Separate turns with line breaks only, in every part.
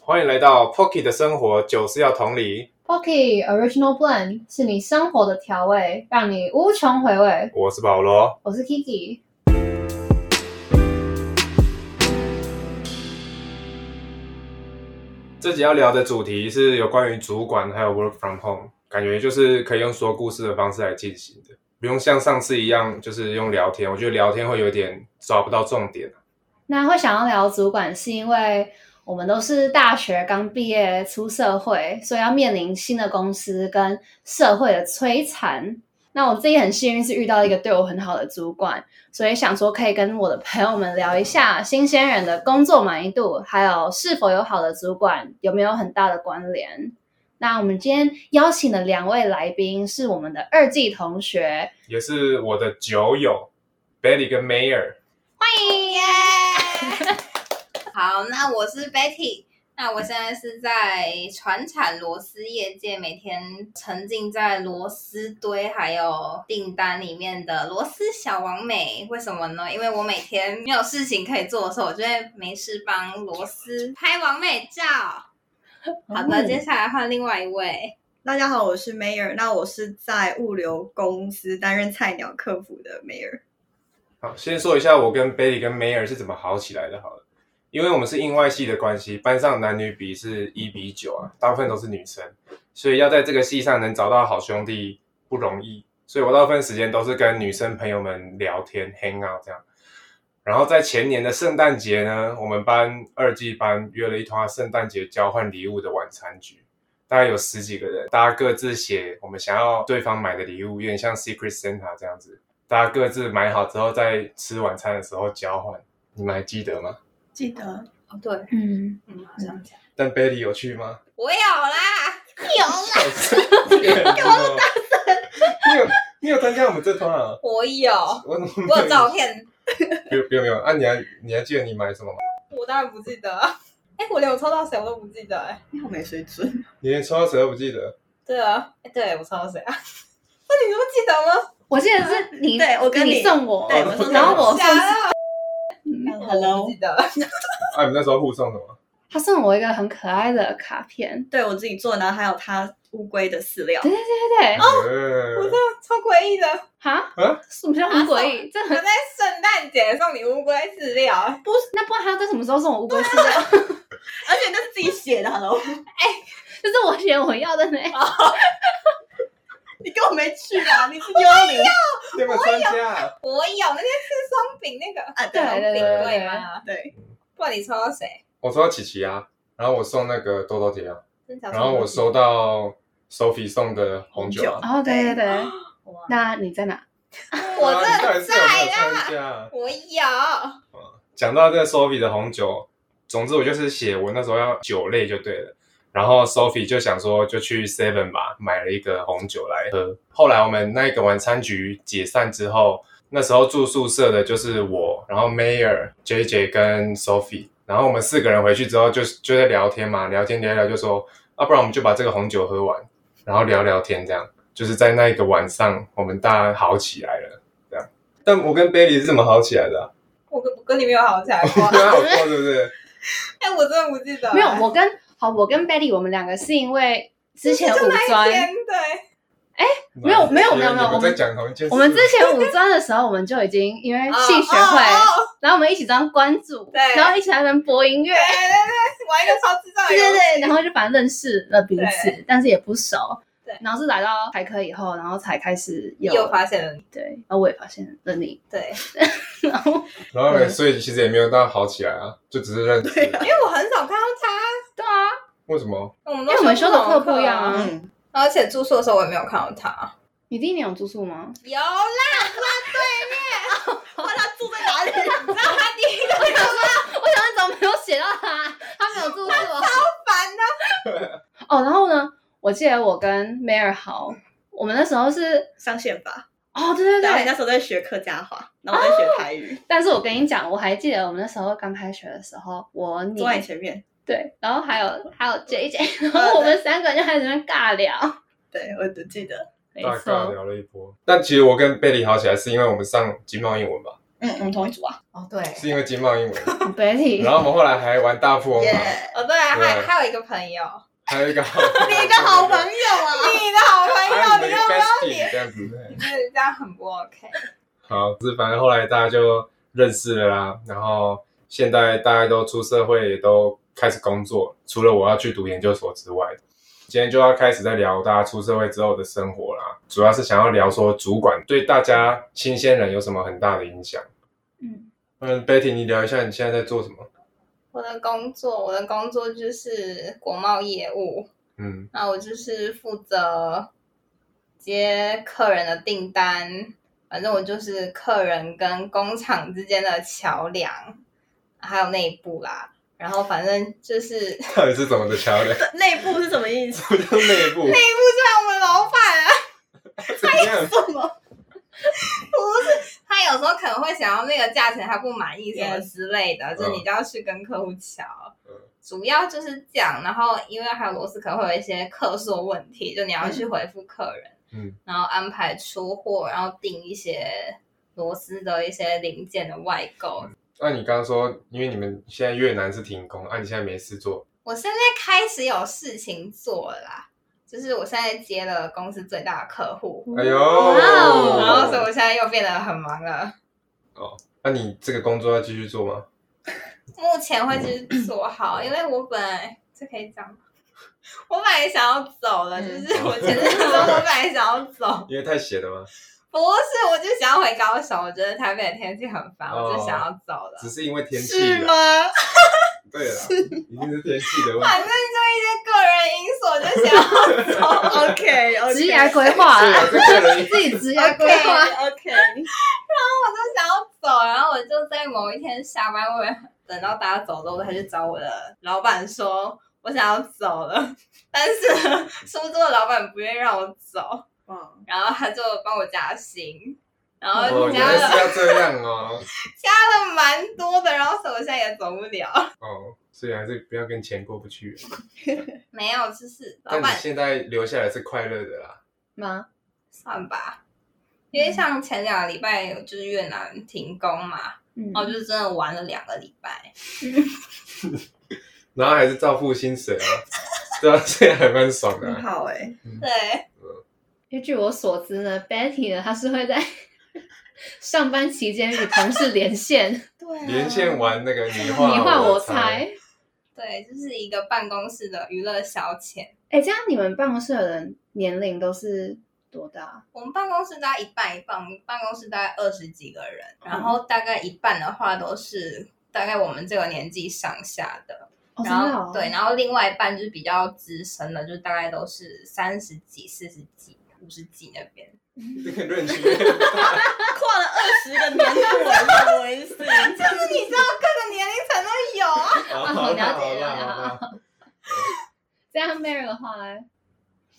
欢迎来到 Pocky 的生活，酒是要同理。
Pocky Original Blend 是你生活的调味，让你无穷回味。
我是保罗，
我是 Kiki，
这集要聊的主题是有关于主管还有 work from home，感觉就是可以用说故事的方式来进行的，不用像上次一样就是用聊天。我觉得聊天会有点找不到重点。啊
那会想要聊主管，是因为我们都是大学刚毕业出社会，所以要面临新的公司跟社会的摧残。那我自己很幸运是遇到一个对我很好的主管，所以想说可以跟我的朋友们聊一下新鲜人的工作满意度，还有是否有好的主管有没有很大的关联。那我们今天邀请的两位来宾是我们的二季同学，
也是我的酒友 Betty 跟 Mayer。
欢 迎。
好，那我是 Betty，那我现在是在船产螺丝业界，每天沉浸在螺丝堆还有订单里面的螺丝小王美。为什么呢？因为我每天没有事情可以做的时候，我就会没事帮螺丝拍完美照。好的，接下来换另外一位。
大家好，我是 Mayer，那我是在物流公司担任菜鸟客服的 Mayer。
好，先说一下我跟 Betty 跟 Mayer 是怎么好起来的，好了，因为我们是印外系的关系，班上男女比是一比九啊，大部分都是女生，所以要在这个系上能找到好兄弟不容易，所以我大部分时间都是跟女生朋友们聊天 hang out 这样。然后在前年的圣诞节呢，我们班二季班约了一团圣诞节交换礼物的晚餐局，大概有十几个人，大家各自写我们想要对方买的礼物，有点像 Secret Santa 这样子。大家各自买好之后，在吃晚餐的时候交换，你们还记得吗？
记得
哦，对，
嗯，
嗯，好像这样。
但 Betty 有去 吗？
我有啦，
有啦，你有你有参加我们这团啊？
我有，
我怎么
我有照片，
没有？不用不用啊！你还你还记得你买什么吗？
我当然不记得。哎、我连我抽到谁我都不记得哎、
你好没水准，
你连抽到谁都不记得？
对啊，哎，对我抽到谁啊？那你都记得吗？
我记得是你，
对我跟
你
你
送我，
对
我送
然后
你
我送
嗯
我不
Hello，
记得。
啊，你们那时候互送什么？
他送我一个很可爱的卡片，
对我自己做，然后还有他乌龟的饲料
对，对对对对，
哦，
我的超诡异的，
哈
啊，
什么叫很诡异？这
我
很
在圣诞节送你乌龟饲料，
不是，那不然他在什么时候送我乌龟饲
啊
料？
而且那是自己写的，Hello，
就 是我写我要的呢。
你根本没去 啊，你是幽灵
你有没有参加？啊
我有那天吃松饼那个
啊？
对
对
对
饼
对
对
对，
吗？
对，
不然你抽到谁？
我抽到琪琪啊，然后我送那个豆豆姐啊，
真假
然后我收到 Sophie 送的红酒啊。
哦，对对对，
哇
那你在哪？
我
啊你到底
真
是
的
有没有
在
参
啦，
加？啊
我有，
讲到这个 Sophie 的红酒，总之我就是写我那时候要酒类就对了。然后 Sophie 就想说，就去 Seven 吧，买了一个红酒来喝。后来我们那个晚餐局解散之后，那时候住宿舍的就是我，然后 Mayer、JJ 跟 Sophie，然后我们四个人回去之后就就在聊天嘛，聊天聊一聊就说，啊，不然我们就把这个红酒喝完，然后聊聊天这样，就是在那个晚上我们大家好起来了，这样。但我跟 Bailey 是怎么好起来的啊、。
我跟我跟你没有好起来 过
对啊，好过对不对？
哎，我真的不记得，
没有，我跟好，我跟 Betty 我们两个是因为之前
就
五
那一
专，
天，对，
没有没有没有没有
我们在讲同一件事。啊
我们之前五专的时候，我们就已经因为性学会，
哦哦哦
然后我们一起当关注，
对
然后一起在那边播音乐
对，对对，哎玩一个超智障的
对
游戏，
对对，然后就反正认识了彼此，但是也不熟。
对
然后是来到台科以后，然后才开始有
又发现了你，
对，然后我也发现了你，
对，
然后
然后
对
呢，所以其实也没有到好起来啊，就只是认识。
对啊
因为我很少看到他，
对啊，
为什么？
我们
因为我们修的课不一样
啊。
啊。
嗯，
而且住宿的时候我也没有看到他。
你第一年有住宿吗？
有啦，
哇，他住在哪里？
你知道他第一个
我想说，我想说怎么没有写到他？他没有住宿啊
烦的，
哦。然后呢，我记得我跟梅尔豪，我们那时候是
上线吧，
哦，对对
然后你
对。
那时候在学客家话，然后我在学台语，
但是我跟你讲，我还记得我们那时候刚开学的时候，我你
坐在你前面，
对，然后还有还有 J J，然后我们三个人就开始在那边尬聊，
对我只记得，
没
大概
错。
聊了一波。但其实我跟贝里好起来是因为我们上经贸英文吧，
嗯，我们同一组啊。
哦，对，
是因为经贸英文，
Betty，
然 后我们后来还玩大富翁嘛，
耶
哦，对，还
对
还有一个朋友，
还有一个好
你的好朋友啊！
你的好朋
还
友，
有
你
你
又
的
不
bestie 这样子。对
你这这样很不 OK。
好，就是反正后来大家就认识了啦，然后现在大家都出社会，也都开始工作，除了我要去读研究所之外，今天就要开始在聊大家出社会之后的生活啦，主要是想要聊说主管对大家新鲜人有什么很大的影响。
嗯，
嗯，Betty，你聊一下你现在在做什么？
我的工作，我的工作就是国贸业务，
嗯，
那我就是负责接客人的订单，反正我就是客人跟工厂之间的桥梁，还有内部啦。然后反正就是，
到底是怎么的桥梁？
内部是什么意思？
什么叫内部？
我们老板啊，
怎么样？
什么？
他有时候可能会想要那个价钱他不满意什么
Yes
之类的，就是
嗯
你就要去跟客户瞧。
嗯
主要就是这样，然后因为还有螺丝可能会有一些客诉问题，就你要去回复客人，
嗯，
然后安排出货，然后订一些螺丝的一些零件的外购。
那、啊你刚刚说，因为你们现在越南是停工，啊，你现在没事做，
我现在开始有事情做了啦，就是我现在接了公司最大的客户，
哎呦，
哦
然后所以我现在又变得很忙了。
那、你这个工作要继续做吗？
目前会继续做好，因为我本来这可以讲吗？我本来想要走了，
嗯
就是我前阵子说我本来想要 走，
因为太闲了吗？
不是，我就想要回高雄，我觉得台北的天气很烦，
哦
我就想要走了。
只是因为天气
是
啦，
吗？
对啦，一定是天气的问
反
题。
正就一些个人因素，我就想哦要走。
OK OK，
职业规划
对
啦
啊，，这个 人
自己职业规
OK
划。
OK，
就想要走，然后我就在某一天下班，我也等到大家走之后，我才去找我的老板说，我想要走了，但是 呢苏州的老板不愿意让我走，
哇，
然后他就帮我加薪，然后
哦，原
加
来
了、
啊
是要这样哦，
加了蛮多的，然后所以我现在也走不了。
哦，所以还是不要跟钱过不去。啊
没有，就是老
但你
板
现在留下来是快乐的啦，
吗？
算吧，因为像前两个礼拜有就是越南停工嘛，
嗯，
然后就是真的玩了两个礼拜。
然后还是照付薪水啊，对啊，这样还蛮爽的
很
嗯
啊、
好哎，
对，
因为据我所知呢，Betty 呢，她是会在 上班期间与同事连线，你
对啊
连线玩那个你画
画我
猜，
猜。
对，就是一个办公室的娱乐消遣。
哎，这样你们办公室的人年龄都是多大？
我们办公室大概一半一半，我们办公室大概二十几个人，然后大概一半的话都是大概我们这个年纪上下的，
哦，真
然
的
后
哦，
对，，然后另外一半就是比较资深的，就大概都是三十几、四十几、五十几那边。
那个论 区，
跨了二十个年度了，什么意思？
就是你知道各个年龄层都有啊。
好
好哦了解了解
好好
这样 Mary 的话呢，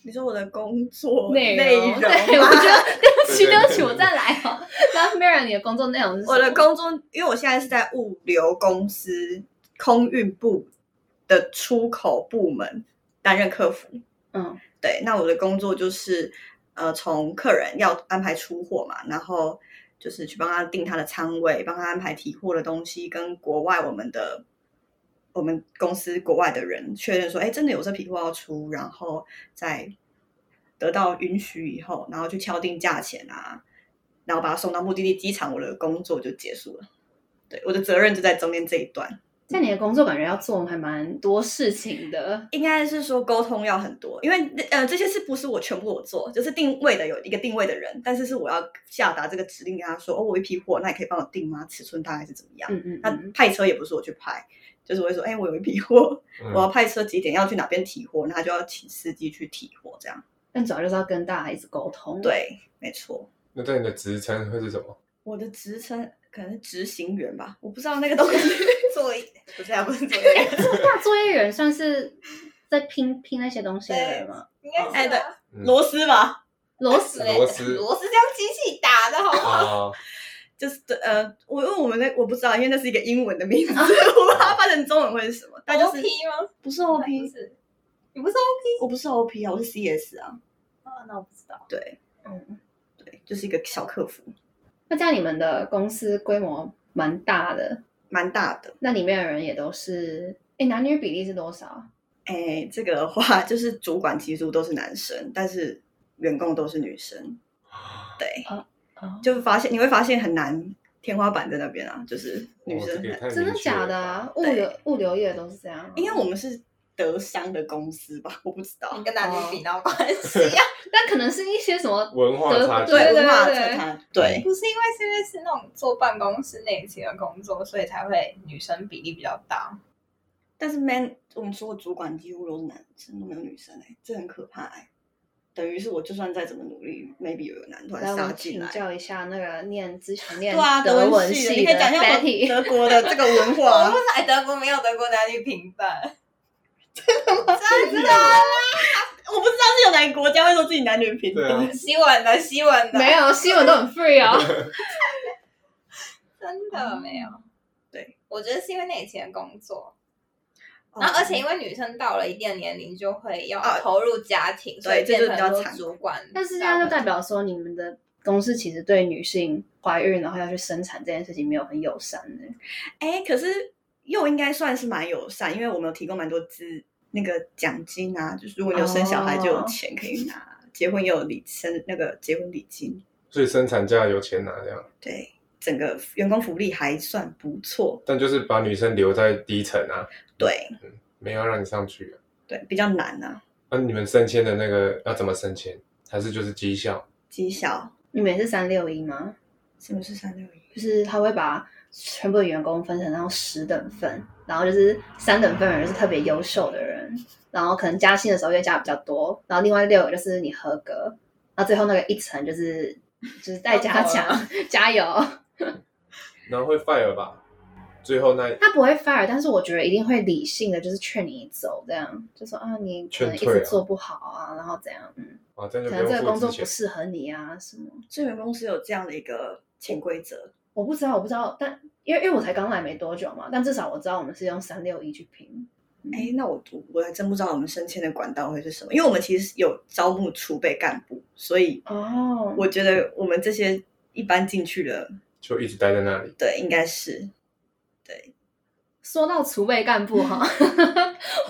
你说我的工作
内
容
容对，我
吗
觉？得对不起，
对对
对不起，
对
我再来哦。那 Mary，你的工作内容是什么
我的工作，因为我现在是在物流公司空运部的出口部门担任客服。
嗯
对，那我的工作就是，呃，从客人要安排出货嘛，然后就是去帮他定他的仓位，帮他安排提货的东西，跟国外我们的我们公司国外的人确认说，哎，真的有这批货要出，然后再得到允许以后，然后去敲定价钱啊，然后把它送到目的地机场，我的工作就结束了。对，我的责任就在中间这一段。
像你的工作感觉要做还蛮多事情的，
应该是说沟通要很多，因为呃这些事不是我全部我做，就是定位的有一个定位的人，但是是我要下达这个指令跟他说，哦，我有一批货，那你可以帮我定吗？尺寸大概是怎么样？
嗯嗯
那
嗯，
派车也不是我去派，就是我会说，哎，我有一批货，我要
嗯，
派车几点要去哪边提货，那他就要请司机去提货，这样。
但主要就是要跟大家一直沟通。，
对，没错。
那在你的职称会是什么？
我的职称可能是执行员吧，我不知道那个东西。
作业不是啊，不是作业，
那作业员算是在拼拼那些东西的人吗？
应该
哎
是啊
对
吧
螺丝吧，
螺丝
对
哎螺丝
哎螺丝这样机器打的好 不好？
啊，
就是对呃，我因为我们那我不知道，因为那是一个英文的名字，
啊
我不知道它翻成中文会是什么。但就是
OP 吗？
不是 OP，
不是，你不是 OP？
我不是 OP 啊，我是 CS 啊。
啊，那我不知道。
对，
嗯
对，就是一个小客服。
那这样你们的公司规模蛮大的，
蛮大的。
那里面的人也都是，哎，男女比例是多少啊？
哎，这个的话就是主管几乎都是男生，但是员工都是女生。对，
哦，
就发现你会发现很难，天花板在那边啊，就是女
哦这
生
个也
很。
太明
真的
确
假
了
的
吧
啊？物流物流业都是这样啊，
应该我们是德商的公司吧？我不知道
你，
嗯
跟男女比闹关系啊？
但可能是一些什么
文化
德
差距
对对
文化
对
这
对
它对，
不是因为是因为是那种坐办公室内勤的工作，所以才会女生比例比较大。
但是 man 我们所有主管几乎都是男生，都没有女生哎、这很可怕哎、等于是我就算再怎么努力，maybe 有个男突
来，
然
我
杀
们
进
请
来。
教一下那个念之 前念
对啊，
德
文
系的
系的，你可以讲一下德
Betty，
德国的这个文
我
化
不。来德国没有德国男女平等，
真的啊，我不知道是有哪个国家会说自己男女平
对啊
等。
西文的西文的
没有新闻都很 free 哦。
真的没有。
对，
我觉得是因为内勤的工作，
哦
然后而且因为女生到了一定的年龄就会要
哦
投入家庭，所以
对这就
变
比
成
较
说
惨
主管。
但是这样就代表说，你们的公司其实对女性怀孕然后要去生产这件事情没有很友善的。
哎，可是又应该算是蛮友善，因为我们有提供蛮多资那个奖金啊，就是如果你有生小孩就有钱可以拿，结婚也有礼生那个结婚礼金，
所以生产假有钱拿这样，
对，整个员工福利还算不错，
但就是把女生留在低层啊，
对
没有让你上去啊。
对，比较难啊，
那、你们升迁的那个要怎么升迁？还是就是绩效？
绩效
你们也是三六一吗？
什么是三六一？
就是他会把全部的员工分成然后十等份，然后就是三等份的人是特别优秀的人，然后可能加薪的时候又加比较多，然后另外六个就是你合格，然后最后那个一层就是就是再加强 加油。
然后会 fire 吧？最后那
他不会 fire，但是我觉得一定会理性的，就是劝你走，这样就说啊，你可能一
劝退啊
直做不好啊，然后怎样，嗯，
啊，这样
可
就不
能这个
用
工
付
作
之前。
不适合你啊什么，
所以员工是有这样的一个潜规则，
我不知道，我不知道，但因为因为我才刚来没多久嘛，但至少我知道我们是用三六一去拼，嗯
哎，那我我我还真不知道我们升迁的管道会是什么，因为我们其实有招募储备干部，所以
哦
我觉得我们这些一般进去的，
就一直待在那里。
对，应该是
说到储备干部哈，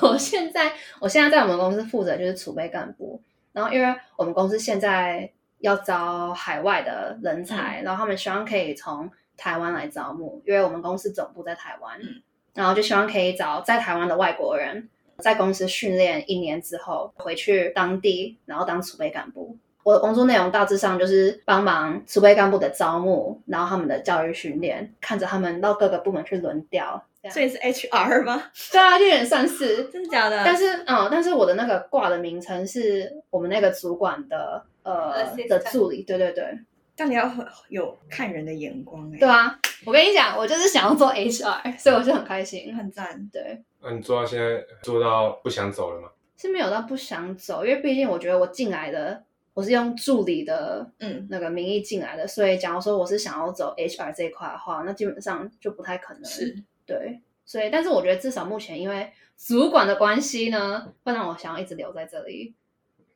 我现在我现在在我们公司负责就是储备干部，然后因为我们公司现在要招海外的人才，然后他们希望可以从台湾来招募，因为我们公司总部在台湾，
嗯
然后就希望可以找在台湾的外国人，在公司训练一年之后回去当地，然后当储备干部。我的工作内容大致上就是帮忙储备干部的招募，然后他们的教育训练，看着他们到各个部门去轮调。这样
所以是 HR 吗？
对啊，就有点算是。
真的假的？
但是，嗯，但是我的那个挂的名称是我们那个主管的呃
Assistant
的助理，对对对，
但你要很有看人的眼光哎、
对啊。我跟你讲，我就是想要做 HR，所以我就很开
你
心。
很赞，
对，
那、啊你做到现在做到不想走了吗？
是没有到不想走，因为毕竟我觉得我进来的我是用助理的
嗯，
那个名义进来的，所以假如说我是想要走 HR 这一块的话，那基本上就不太可能。
是
对，所以但是我觉得至少目前因为主管的关系呢，会让我想要一直留在这里，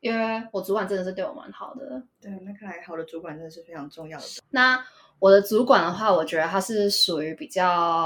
因为我主管真的是对我蛮好的。
对。那看来好的主管真的是非常重要的。
那我的主管的话，我觉得他是属于比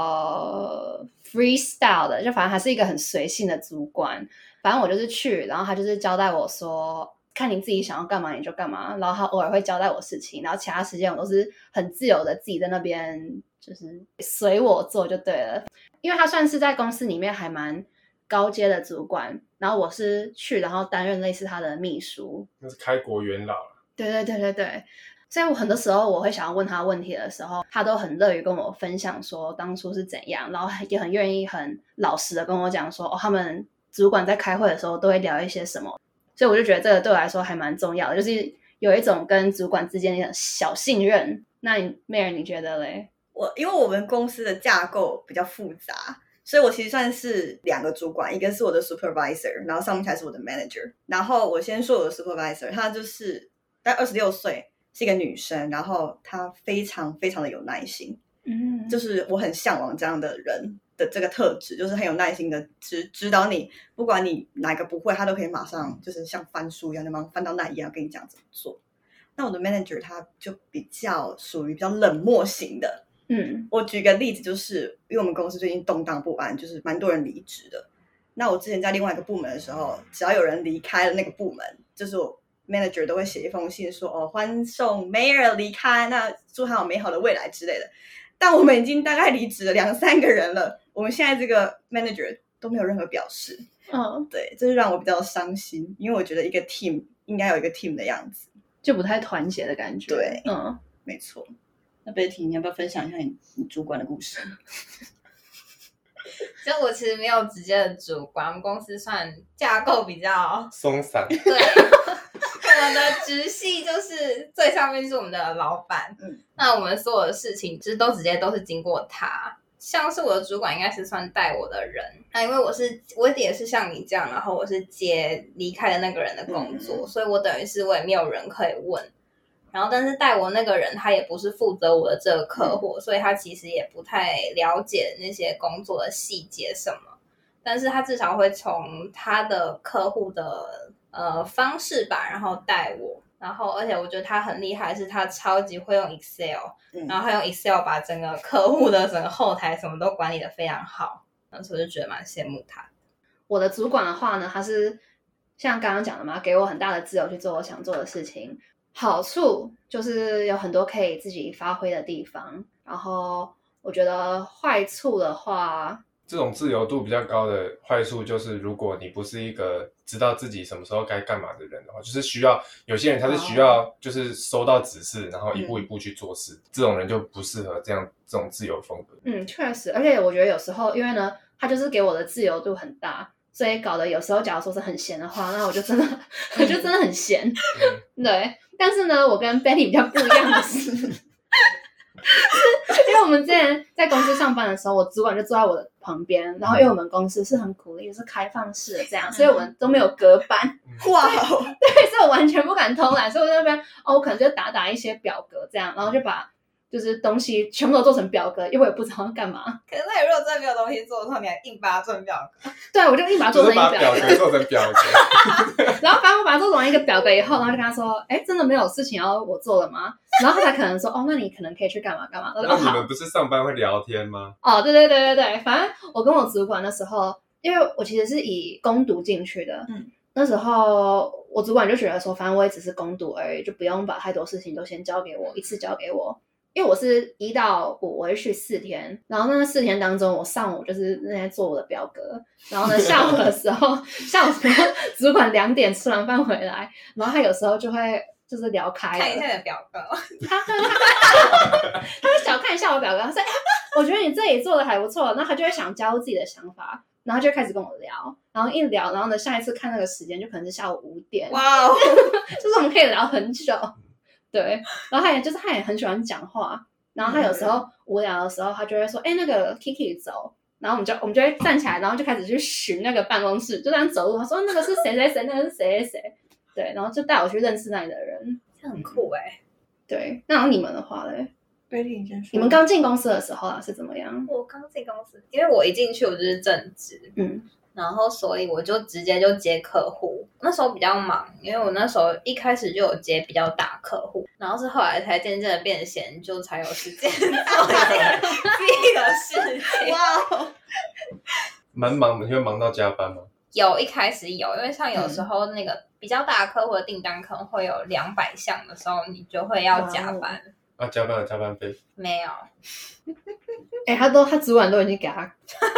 较 freestyle 的，就反正他是一个很随性的主管。反正我就是去，然后他就是交代我说，看你自己想要干嘛你就干嘛。然后他偶尔会交代我事情，然后其他时间我都是很自由的自己在那边就是随我做就对了。因为他算是在公司里面还蛮高阶的主管，然后我是去，然后担任类似他的秘书，
那是开国元老了，
对对对对对，所以我很多时候我会想要问他问题的时候，他都很乐于跟我分享说当初是怎样，然后也很愿意很老实的跟我讲说，哦，他们主管在开会的时候都会聊一些什么，所以我就觉得这个对我来说还蛮重要的，就是有一种跟主管之间的小信任。那你 Mary 你觉得嘞？
我因为我们公司的架构比较复杂，所以我其实算是两个主管，一个是我的 supervisor，然后上面才是我的 manager。然后我先说我的 supervisor，她就是大概二十六岁，是一个女生，然后她非常非常的有耐心，
嗯
就是我很向往这样的人的这个特质，就是很有耐心的指指导你，不管你哪个不会，他都可以马上就是像翻书一样，就马上翻到那一样跟你讲怎么做。那我的 manager 他就比较属于比较冷漠型的，
嗯
我举个例子，就是因为我们公司最近动荡不安，就是蛮多人离职的。那我之前在另外一个部门的时候，只要有人离开了那个部门，就是我 manager 都会写一封信说：“哦，欢送 mayor 离开，那祝他有美好的未来之类的。”但我们已经大概离职了两三个人了，我们现在这个 manager 都没有任何表示。
嗯，
对，这就让我比较伤心，因为我觉得一个 team 应该有一个 team 的样子。
就不太团结的感觉。
对
嗯，
没错。那 Betty，你要不要分享一下你你主管的故事？
就我其实没有直接的主管，我们公司算架构比较
松散，
对，我们的直系就是最上面是我们的老板，
嗯
那我们所有的事情就是都直接都是经过他。像是我的主管应该是算带我的人，那因为我是我也是像你这样，然后我是接离开的那个人的工作，所以我等于是我也没有人可以问。然后，但是带我那个人他也不是负责我的这个客户，所以他其实也不太了解那些工作的细节什么。但是他至少会从他的客户的呃方式吧，然后带我。然后，而且我觉得他很厉害，是他超级会用 Excel，、
嗯
然后他用 Excel 把整个客户的整个后台什么都管理的非常好。当时我就觉得蛮羡慕他。
我的主管的话呢，他是像刚刚讲的嘛，给我很大的自由去做我想做的事情。好处就是有很多可以自己发挥的地方，然后我觉得坏处的话，
这种自由度比较高的坏处就是，如果你不是一个知道自己什么时候该干嘛的人的话，就是需要有些人他是需
哦
要就是收到指示，然后一步一步去做事，这种人就不适合这样这种自由风格。
嗯，确实，而且我觉得有时候，因为呢，他就是给我的自由度很大，所以搞得有时候，假如说是很闲的话，那我就真的， 我就真的很闲。 对，但是呢，我跟 Betty 比较不一样的是，是 因为我们之前在公司上班的时候，我主管就坐在我的旁边，然后因为我们公司是很鼓励，是开放式的这
嗯
样，所以我们都没有隔板，
哇哦！
对，所以我完全不敢偷懒，所以我在那边哦，我可能就打打一些表格这样，然后就把就是东西全部都做成表格，因为我也不知道要干嘛，
可是那你如果真的没有东西做的话，你还硬把它做成表格，
对我就一把它做
就是
成一
把
表
表
格，
格做成表格，
然后反正我把它做完一个表格以后，然后就跟他说，哎，真的没有事情要我做了吗？然后他才可能说，哦，那你可能可以去干嘛干嘛，我说
那
哦
你
好。
们不是上班会聊天吗？
哦，对对对对对，反正我跟我主管那时候，因为我其实是以攻读进去的，
嗯，
那时候我主管就觉得说，反正我也只是攻读而已，就不用把太多事情都先交给我，一次交给我。因为我是一到五，我会去四天，然后那四天当中，我上午就是那在做我的表格，然后呢下午的时候， 下午的时候主管两点吃完饭回来，然后他有时候就会就是聊开了
看一下你的表格。
他他他他会小看一下我表格，他说、哎我觉得你这里做的还不错，那他就会想加入自己的想法，然后就开始跟我聊，然后一聊，然后呢，下一次看那个时间就可能是下午五点，
哇哦！
就是我们可以聊很久，对，然后他也就是他也很喜欢讲话，然后他有时候无聊的时候，他就会说，哎、那个 Kiki 走。然后我们就我们就会站起来，然后就开始去寻那个办公室，就这样走路。他说哦那个是谁谁谁，那个是谁谁谁，对，然后就带我去认识那里的人。
这很酷哎、
对，那然后你们的话嘞？
Betty，你先说。
你们刚进公司的时候啊是怎么样？
我刚进公司，因为我一进去我就是正职，
嗯
然后所以我就直接就接客户。那时候比较忙，因为我那时候一开始就有接比较大客户，然后是后来才渐渐的变闲，就才有时间做一些自己的事情。
哇哦！
蛮忙的，你会忙到加班吗？
有一开始有，因为像有时候那个比较大的客户的订单可能会有两百项的时候，你就会要加
哇
班。
啊，加班有加班费
没有，
哎、他都他主管都已经 给他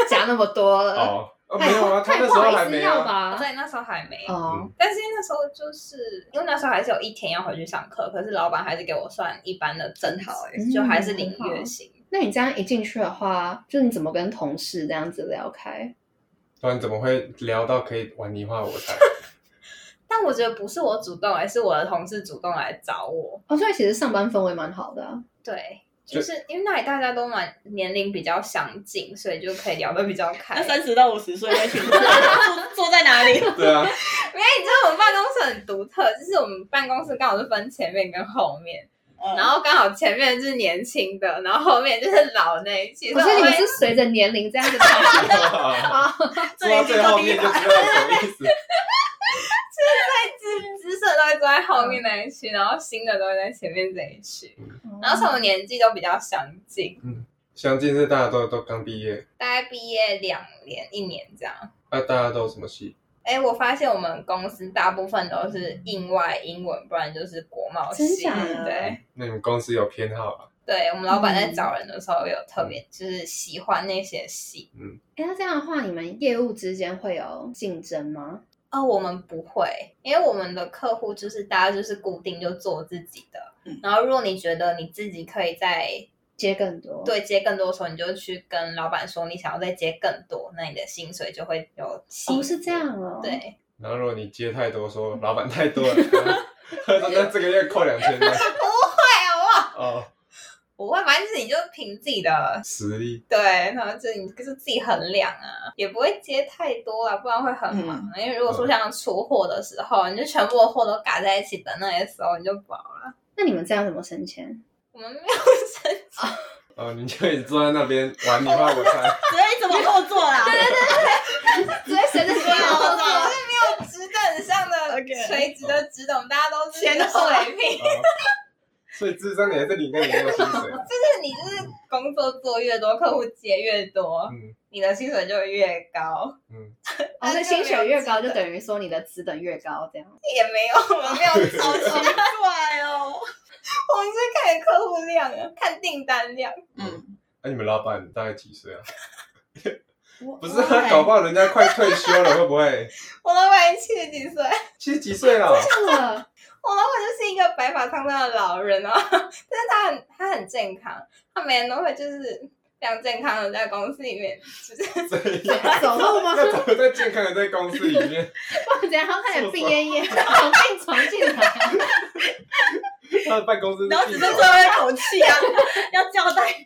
加那么多了，
哦，哦
他也
没有啊，
他
他
也
那
呃不
时候
好
还
意思
没
要
啊，嗯
吧？
所以那时候还没有。
哦，
但是因为那时候就是因为那时候还是有一天要回去上课，可是老板还是给我算一般的正好、欸，
嗯
就还是领月薪。
那你这样一进去的话，就是你怎么跟同事这样子聊开？
不然怎么会聊到可以玩你画我 猜？
但我觉得不是我主动、欸，是我的同事主动来找我。
哦，所以其实上班氛围蛮好的啊、
对，就是因为那里大家都蛮年龄比较相近，所以就可以聊得比较开。
那
因为
三十到五十岁那群人坐坐在哪里？
对 啊，
你知道我们办公室很独特，就是我们办公室刚好是分前面跟后面，然后刚好前面是年轻的，然后后面就是老那一期。
哦我所以你
我
们
会
是随着年龄这样子调 啊？
坐到最后面就知道什么意思。
姿姿色都会坐在后后面那一区，然后新的都会在前面这一区。然后从我年纪都比较相近，
相近是大家都都刚毕业，
大概毕业两年、一年这样。
啊，大家都什么系？
哎，我发现我们公司大部分都是印外英文，不然就是国贸
真
系。
假
的
对
那你们公司有偏好啊？
对，我们老
嗯
板在找人的时候有特别就是喜欢那些系。
哎，那这样的话，你们业务之间会有竞争吗？
哦，我们不会，因为我们的客户就是大家就是固定就做自己的。
嗯
然后，如果你觉得你自己可以在
接更多？，
对接更多的时候，你就去跟老板说你想要再接更多，那你的薪水就会有起伏
哦，是这。样哦。，
对，
然后如果你接太多，说老板太多了， 那那这个月扣两 千块
哎
啊
呀，哇，
哦，
不会，反正就是你就凭自己的
实力。
对，然后就你就是自己衡量啊，也不会接太多啊，不然会很忙。因为如果说像出货的时候，你就全部的货都嘎在一起，等那些时候你就不好了。
那你们这样怎么升 迁？
我们没有生气，
哦，你就一直坐在那边玩你画我猜，哦
所以怎么后座啦？对对对，
直接随着你
对啊
我们是没有直等上的
OK
垂直的直等，大家都是
前后
水平。
哦所以智商你还是领跟你没有薪水。啊
就是你就是工作做越多，客户接越多，
嗯
你的薪水就会越高。
嗯，
哦，所以薪水越高，就等于说你的职等越高， 这样。
也没有，我们没有超
好
前，
怪哦。
我们是看客户量啊，看订单量。
嗯，
那、啊你们老板大概几岁啊？ 不是，
我
他搞不好人家快退休了，会不会？
我老板七十几岁，我
七十几岁 了，
哇
老板就是一个白发苍苍的老人啊， 但是他很他很健康，他每天都会就是非常健康的在公司里面，哎就是
这样
走路 吗？
那怎么在健康的在公司里面？
怎样？他看起来病恹 恹，从病床进来。
他的办公室是
然后只是
地
最
板
后一口气啊，要交代。
啊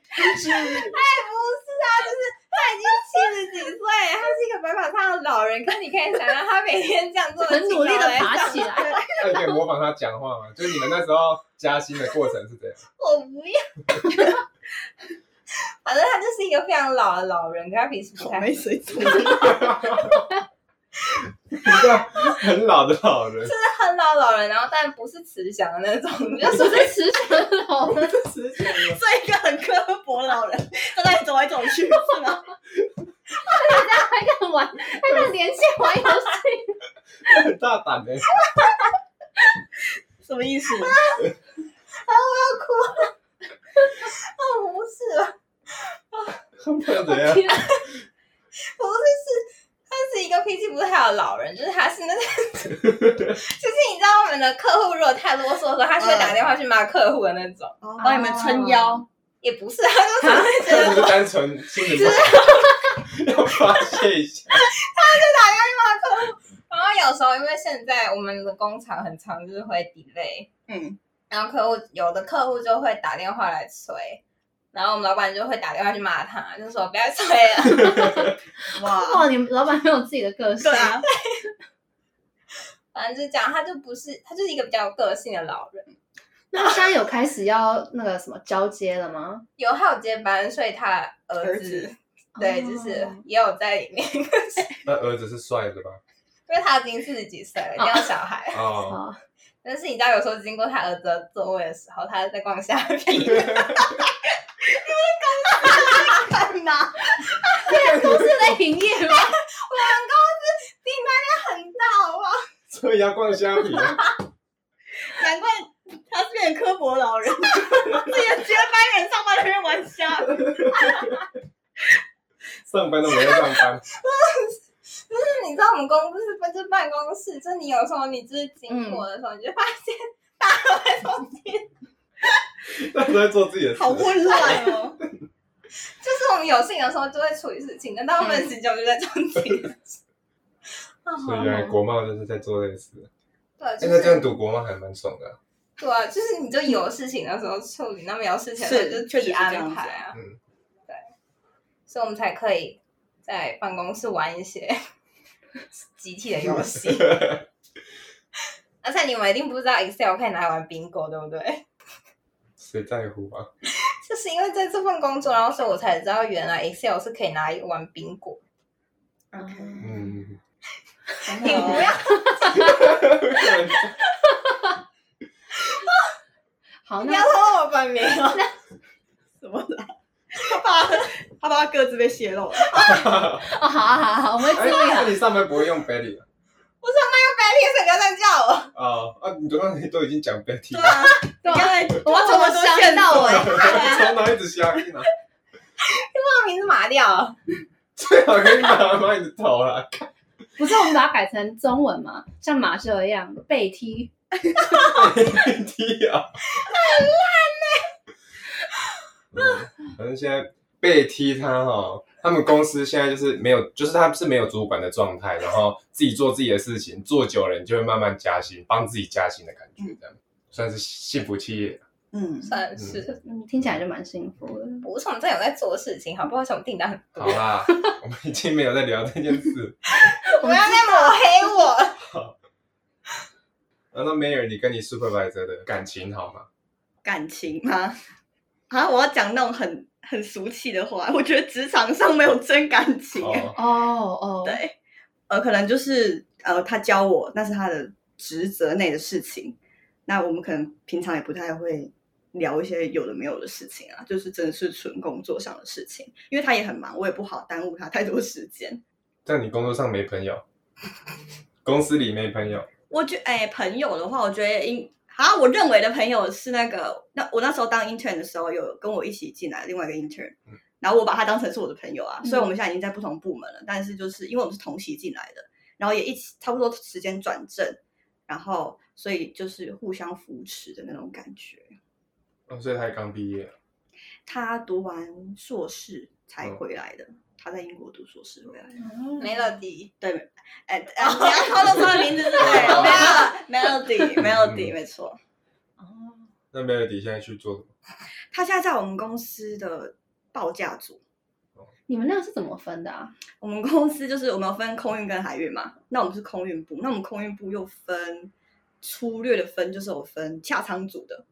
他已经七十几岁，他是一个白发苍苍的老人，可是你可以想象他每天这样做，
很努力地爬起来。
那你可以模仿 他讲话吗？就是你们那时候加薪的过程是怎样？
我不要。 反正他就是一个非常老的老人，跟他平时不太。
水准，
你知道 很老的老人，
是很老老人，然后但不是慈祥的那种， 就
要
是
说在慈祥老人，
这一个很刻薄的老人，他在走来走去是吗？
还敢玩，还敢连线玩游戏，
很大胆的、
什么意思？
哦，不是啦，
不然怎样？
不是是，他是一个脾气不太好的老人， 就是他是那种，就是你知道我们的客户如果太啰嗦的时候，他是会打电话去骂客户的那种，哦
哦帮你们撑腰，
也不是，他就是会
他只是单纯心情不 好，要发泄一下。
然后有时候因为现在我们的工厂很长，就是会 delay，
嗯，
然后客户有的客户就会打电话来催，然后我们老板就会打电话去骂他，就说不要催了。
哇，
哇，哦你们老板很有自己的个性
对。啊，
反正就是这样，他就不是，他就是一个比较有个性的老人。
那他现在有开始要那个什么交接了吗？
有还有接班，所以他儿
儿
子
子
对，就是
哦
也有在里面，
那儿子是帅的吧？
因为他已经四十几岁了，
哦
没有小孩。
哦，
哦，
但是你知道，有时候经过他儿子的座位的时候，他在逛虾皮，
干嘛？
现在公司在营业 吗？
很大哦好不好？
所以要逛虾皮啊。
难怪他是变成刻薄老人，自己的接班人上班的人玩虾，
上班都没在上班，
就是你知道，我们公司是办就是办公室，就是你有时候你就是经过的时候，你就发现大家都在中间。
他都在做自己的事。
好混乱哦。
就是我们有事情的时候就会处理事情，但大部分时间我就在中间。啊
所以原来国贸就是在做类似的。
对，
哎，
就
那这样
是
读国贸还蛮爽的啊。
对啊，就是你就有事情的时候处理，那没有事情的时候
是
就自
确实
己
是这样
安
子
排啊。
嗯
对，所以我们才可以在办公室玩一些 集体的游戏。而且你们一定不知道 Excel 可以拿来玩 bingo，对不对？
谁在乎啊？
就是因为在这份工作，然后所以我才知道原来 Excel 是可以拿来玩 bingo。
嗯，
你
你不要
不能
哦
板没有，
哦
什么啦？他怕他怕他各自被泄露了，
哦，好啊好啊好，我们会注
哎，
意好
那。你上班不会用 Betty 了？
Betty 是不要这样叫我。
哦，啊，你刚刚都已经讲 Betty，
对
了，
啊，
对
你
啊，
刚才
我要
这
怎么
么多线
想到
索
我？
从哪一直啊下去呢？
报名是麻掉了，
最好可以把把你的头啦。
不是我们把它改成中文嘛？像马秀一样被踢，
踢啊！很烂呢、反正嗯现在被踢他哈、他们公司现在就是没有，就是他是没有主管的状态，然后自己做自己的事情，做久了你就会慢慢加薪，帮自己加薪的感觉，这样、算是幸福企业。
嗯，
算是。
嗯，听起来就蛮幸福的。
我为什么真的有在做事情？好不好？为什么订单很多
好？啦，我们已经没有在聊这件事。
不要再抹黑我。
那那 Mayor，你跟你 supervisor 的感情好吗？
感情吗？啊，我要讲那种很很俗气的话，我觉得职场上没有真感情。
哦，
哦哦，
对，呃，可能就是呃，他教我那是他的职责内的事情，那我们可能平常也不太会聊一些有的没有的事情啊，就是真的是纯工作上的事情，因为他也很忙，我也不好耽误他太多时间。
但你工作上没朋友，公司里没朋友，
我觉哎、朋友的话，我觉得应啊，我认为的朋友是那个，那我那时候当 intern 的时候，有跟我一起进来另外一个 intern，然后我把他当成是我的朋友啊，所以我们现在已经在不同部门了，但是就是因为我们是同期进来的，然后也一起差不多时间转正，然后所以就是互相扶持的那种感觉。
哦、所以他也刚毕业。
他读完硕士才回来的，他在英国读硕士回来的。
嗯
没了底，
对，哎、哎，你要透露出他的名字是对，Melody，Melody，Melody，没错。
哦，
那 Melody 现在去做什么？
他现在在我们公司的报价组。
你们那个是怎么分的啊？
我们公司就是我们有分空运跟海运嘛，那我们是空运部，那我们空运部又分粗略的分，就是有分洽仓组的，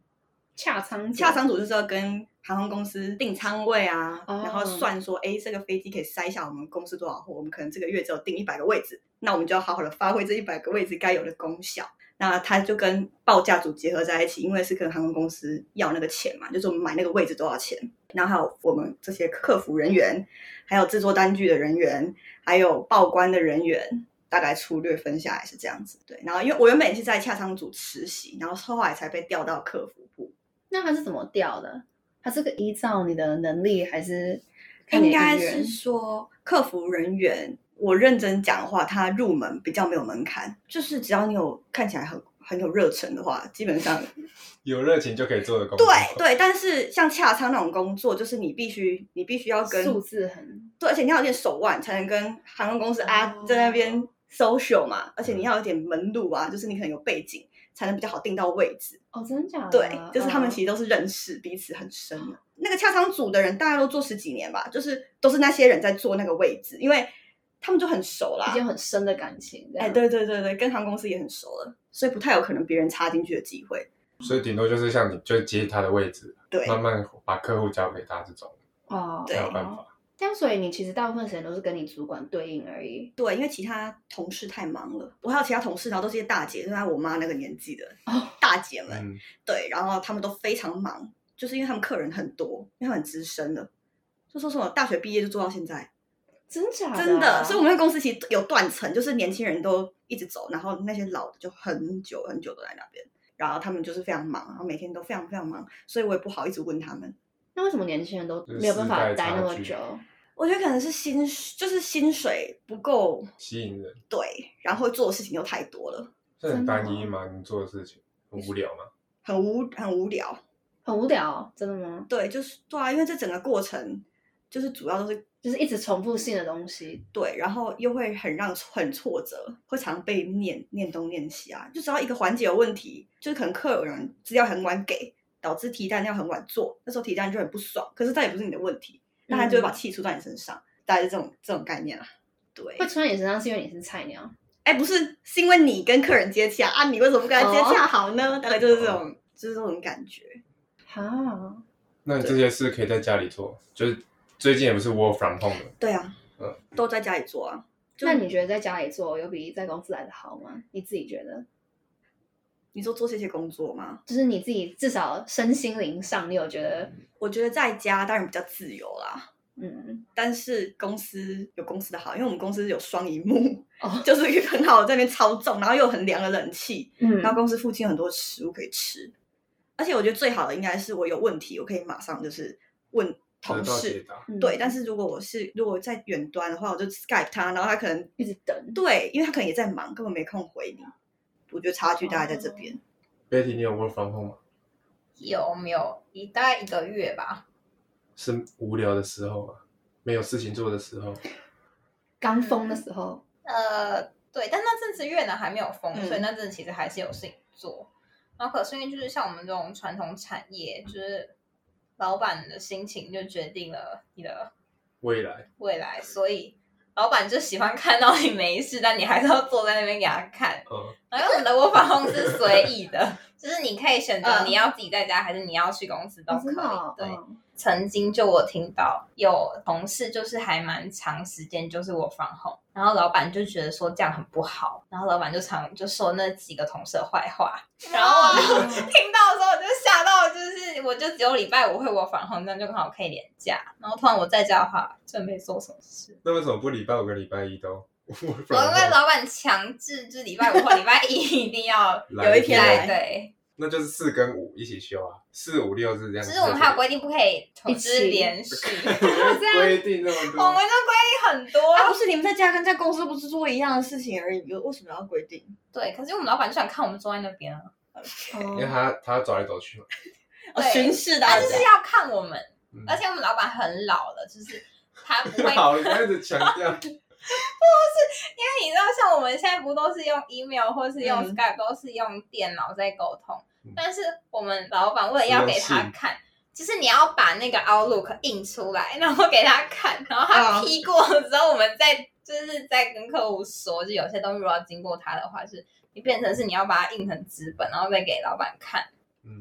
洽仓组
洽仓组就是要跟航空公司定仓位啊，
哦
然后算说，哎，这个飞机可以塞下我们公司多少货，我们可能这个月只有定一百个位置，那我们就要好好的发挥这一百个位置该有的功效。那它就跟报价组结合在一起，因为是跟航空公司要那个钱嘛，就是我们买那个位置多少钱，然后还有我们这些客服人员，还有制作单据的人员，还有报关的人员，大概粗略分下来是这样子。对，然后因为我原本也是在洽商组实习，然后后来才被调到客服部。
那它是怎么调的？它是个依照你的能力还是看你
应
的
该
意愿
是说客服人员，我认真讲话，他入门比较没有门槛，就是只要你有看起来很很有热忱的话，基 本上
有热情就可以做的工作。
对对。但是像洽商那种工作，就是你必须你必须要跟
数字很
对，而且你要有点手腕才能跟航空公司啊、
哦嗯
在那边 social 嘛，而且你要有点门路啊，就是你可能有背景才能比较好定到位置。
哦，真的假哦的？
对，就是他们其
实
实都是认识彼此很深的。那个洽商组的人大概都做十几年吧，就是都是那些人在做那个位置，因为他们就很熟啦
已。经有很深的感情。这
哎，
样，
对对对对，跟航空公司也很熟了，所以不太有可能别人插进去的机会。
所以顶多就是像你，就接他的位置，
对，
慢慢把客户交给他这种，
哦，
对
才有办法。
这样，所以你其实大部分时间都是跟你主管对应而已。
对，因为其他同事太忙了，我还有其他同事，然后都是一些大姐，就是在我妈那个年纪的
哦
大姐们，
嗯，
对，然后他们都非常忙，就是因为他们客人很多，因为他们很资深了，就说什么大学毕业就做到现在，
真假的啊？
真的，所以我们那公司其实有断层，就是年轻人都一直走，然后那些老的就很久很久都在那边，然后他们就是非常忙，然后每天都非常非常忙，所以我也不好一直问他们。
那为什么年轻人都
就是
没有办法
世代
待那
差
么
距
久？
我觉得可能是薪，就是薪水不够
吸引人，
对，然后做的事情又太多了，
这很
真的
哦
单一吗？你做的事情很无 聊吗？
很无很无聊。
很无聊，真的吗？
对，就是对啊，因为这整个过程就是主要都是
就是一直重复性的东西。
对，然后又会很让很挫折，会常被念念东念西啊。就只要一个环节有问题，就是可能客人资料很晚给，导致提单要很晚做，那时候提单就很不爽。可是这也不是你的问题，那他就会把气出在你身上，大概是这种这种概念啦、对
会，穿你身上是因为你是菜鸟，
哎，不是，是因为你跟客人接洽啊，你为什么不跟他接洽好呢？大概就是这种，就是这种感觉。
哈，
那你这些事可以在家里做，就是最近也不是 work from home 了，
对啊
嗯，
都在家里做啊。就
那你觉得在家里做有比在公司来的好吗？你自己觉得？
你说做这些工作吗？
就是你自己至少身心灵上，你有觉得
嗯
我觉得在家当然比较自由啦，
嗯
但是公司有公司的好，因为我们公司有双荧幕，
哦
就是一个很好的在那边操纵，然后又有很凉的冷气，
嗯
然后公司附近有很多食物可以吃，而且我觉得最好的应该是我有问题，我可以马上就是问同
得到解
事。
答。
对，但
是
是如果我是如果在远端的话，我就 Skype 他，然后他可能
一直等。
对，因为他可能也在忙，根本没空回你。我觉得差距大概在这边。
Betty，你有 work from home 吗？
有没有一大概一个月吧？
是无聊的时候啊，没有事情做的时候，
刚封的时候，
呃，对，但那阵子越南还没有封，
嗯
所以那阵子其实还是有事情做。然后可是因为就是像我们这种传统产业，就是老板的心情就决定了你的
未来
未来，所以老板就喜欢看到你没事，但你还是要坐在那边给他看。
嗯，
然后我们的 work from home 是随意的， 就是你可以选择
嗯
你要自己在家，还是你要去公司都
哦
可
真
以。
的哦
对，
嗯
曾经就我听到有同事就是还蛮长时间就是我放红，然后老板就觉得说这样很不好，然后老板就常就说那几个同事的坏话，然后我
哦
就听到的时候我就吓到，就是我就只有礼拜五会我放红，这样就刚好可以连假，然后突然我在家的话真没做什么事。
那为什么不礼拜五跟礼拜一都 work
我
from
因为
home？
老板强制，就是礼拜五或礼拜一一定要
来
有一天
来
来，对，
那就是四跟五一起休啊，四五六日这样
就
子。
是我们还有规定不可以同
一
时
起
连 续，
规定那么
我们
多，
就规定很多，
啊，不是你们在家跟在公司不是做一样的事情而已，有为什么要规定？
对，可是我们老板就想看我们坐在那边啊，
哦
因为他他走来走去嘛，
哦，
对
巡视的啊，
他就是要看我们，
嗯
而且我们老板很老了，就是他不会，
好，开始强调，
因为你知道，像我们现在不都是用 email 或是用
嗯
Skype，、都是用电脑在沟通
嗯，
但是我们老板为了要给
是
他
用信
看。就是你要把那个 Outlook 印出来，然后给他看，然后他
嗯
批过之后，我们再就是再跟客户说，就有些东西如果要经过他的话，就是你变成是你要把它印成纸本，然后再给老板看。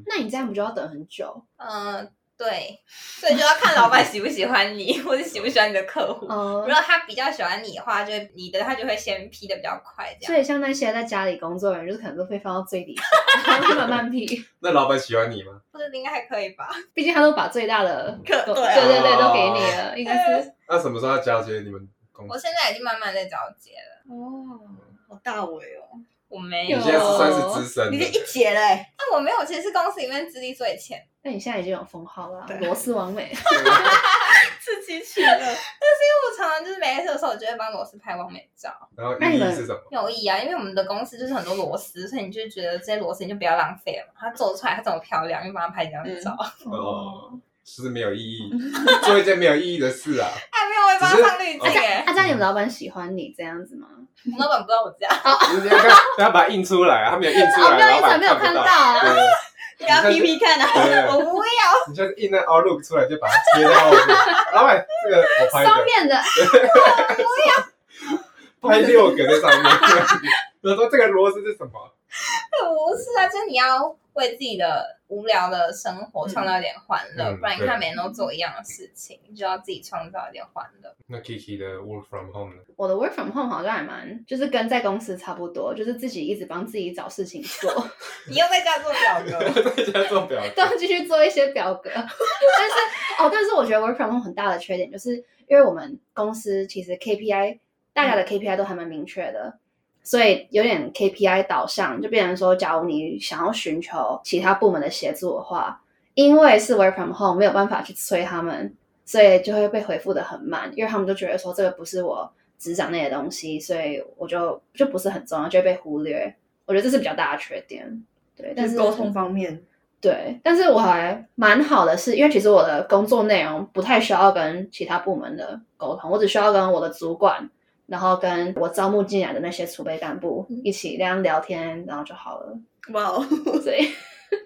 那你这样不就要等很久？
嗯，对，所以就要看老板喜不喜欢你， 或者喜不喜欢你的客户。
哦、
如果他比较喜欢你的话，就会你的他就会先批的比较快，这
所
样。
以像那些在家里工作的人，就是可能都被放到最底层，然后就 慢慢批。
那老板喜欢你吗？
或者应该还可以吧？
毕竟他都把最大的
可
都
对啊
对对对都给你了，应该是
那什么时候要交接你们公
我
司？
现在已经慢慢在交接了，
哦，好大伟哦，
我没
你
有
现，在是算是资深
你
的
这，一姐嘞，
但我没有，其实是公司里面资历最浅，
那你现在已经有封号了啊
对，
罗斯王美。
自己取 的，
因为我常常就是没事的时候，我就会帮螺丝拍完美照，
然后
那
意
你
义
们
是什么？
有意义啊。因为我们的公司就是很多螺丝，所以你就觉得这些螺丝你就不要浪费了嘛。它做出来它这么漂亮，就帮它拍几张照。
哦，就是没有意义，做一件没有意义的事啊。
还没有，我也帮它上滤
只是
镜哎。
啊，这样你们老板喜欢你这样子吗？
我们老板不知道我这样，
你要看，要把它印出来，啊他没有印出
哦，
来，
没有
老
意思，
板
没有
看
看
不
到
到。
啊。
对
你要 P P 看啊，
对，
我不要。
你就是印那 Outlook 出来就把它贴在后面。老板，这个我拍
双
的，
面的，
拍六个在上面。我说这个螺丝是什么？
不是啊，就是你要为自己的无聊的生活创造一点欢乐，
嗯
不然你
对
看每天都做一样的事情，你就要自己创造一点欢乐。
那 Kiki 的 Work from Home 呢？
我的 work from home 好像还蛮，就是跟在公司差不多，就是自己一直帮自己找事情做，
你又在家做表格，
在家做表
都
格
要，继续做一些表格。 但是哦，但是我觉得 work from home 很大的缺点就是，因为我们公司其实 KPI 大
嗯
家的 KPI 都还蛮明确的，所以有点 KPI 导向，就变成说，假如你想要寻求其他部门的协助的话，因为是 work from home 没有办法去催他们，所以就会被回复的很慢，因为他们就觉得说这个不是我执掌内的东西，所以我就就不是很重要，就会被忽略。我觉得这是比较大的缺点。对，但是
沟通方面，
对，但是我还蛮好的是，因为其实我的工作内容不太需要跟其他部门的沟通，我只需要跟我的主管，然后跟我招募进来的那些储备干部一起那样聊天，然后就好了。
哇哦，
所以，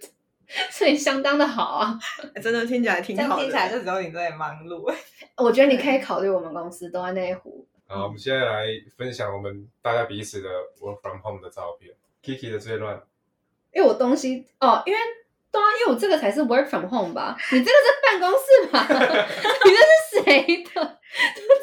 所以相当的好啊。
哎真的听起来挺
这样
好
听起来
的，
就只有你在忙碌。
我觉得你可以考虑我们公司都在内湖。
好，我们现在来分享我们大家彼此的 Work from Home 的照片。Kiki 的最乱，
因为我东西哦，因为对啊，因为我这个才是 work from home 吧？你这个是办公室吧？ 你这是谁的？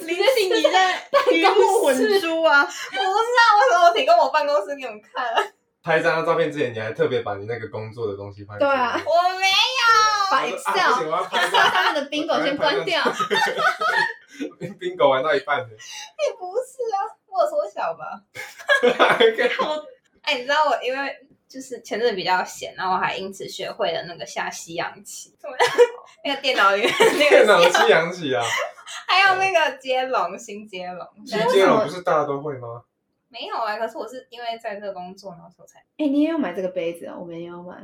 林信你在鱼目混珠啊，
不是啊，为什么我提供我办公室给你们看啊？
拍这张照片之前，你还特别把你那个工作的东西拍出来。
对啊
我没有，
把
我说
Excel
啊、不行我要拍一下
上面的 bingo 先关掉。
bingo 玩到一半 的，
也不是啊，我有缩小吧。哎、你知道我因为就是前阵子比较闲，然后我还因此学会了那个下西洋棋，怎么样那个电脑里面那
电脑
个，
西洋棋啊，
还有那个接龙新接龙，
徐
但
哎为
接
什
龙
么
不是大家都会吗？
没有啊。可是我是因为在这个工作，然后所以才
哎、你也有买这个杯子啊？我们也有买。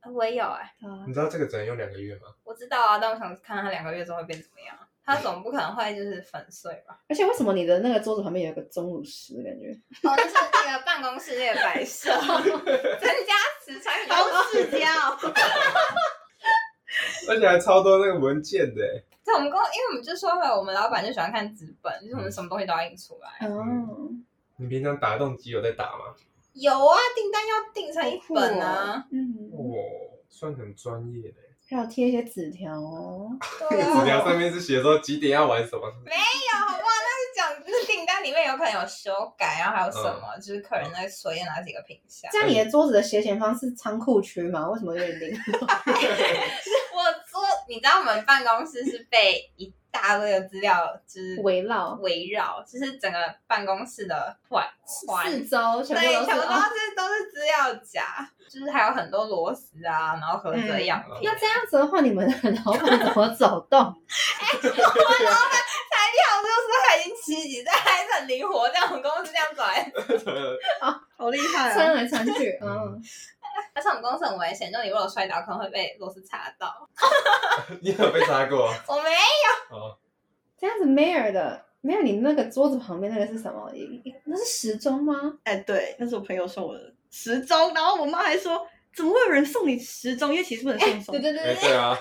啊我也有哎、
啊
你知道这个只能用两个月吗？
我知道啊，但我想看看它两个月之后会变怎么样。它总不可能会就是粉碎吧？
而且为什么你的那个桌子旁边有一个钟乳石？感觉
哦，那是那个办公室那个摆 设，增加磁场比较
好世家哦，
而且还超多那个文件的欸，
对，我们公，因为我们就说了，我们老板就喜欢看纸本，就是我们什么东西都要印出来。
哦，
你平常打动机有在打吗？
有啊，订单要订成一本啊。
嗯，
哦，算很专业的欸。
还有贴一些纸条哦。
对啊，
纸条上面是写说几点要玩什 么，
有好不好？那是讲那订单里面有可能有修改，然后还有什么，就是客人在随便拿几个品相。
这样你的桌子的斜前方是仓库区吗？为什么有点零？
我桌，你知道我们办公室是被一大堆的资料就是
围绕
围绕，就是整个办公室的环环
四周全
对，
部
全
都
部
是
都
哦。
是都是资料夹，就是还有很多螺丝啊，然后盒子的样
嗯
品。
那这样子的话，你们的老板怎么走动？
材料就是他已经七级，但还是很灵活，这样我们公司这样走来。
好厉害
穿
啊！
来穿去，嗯
嗯，
但是我们公司很危险，就你如果摔倒，可能会被螺丝擦到。
你有被查过？啊
我没
哦，
这样子 Mayor 的 Mayor，你那个桌子旁边那个是什么？一一那是时钟吗？
哎，对，那是我朋友送我的时钟，然后我妈还说。怎么会有人送你时钟？因为其实不能送
对对
钟。
对
哎，
对，
对啊，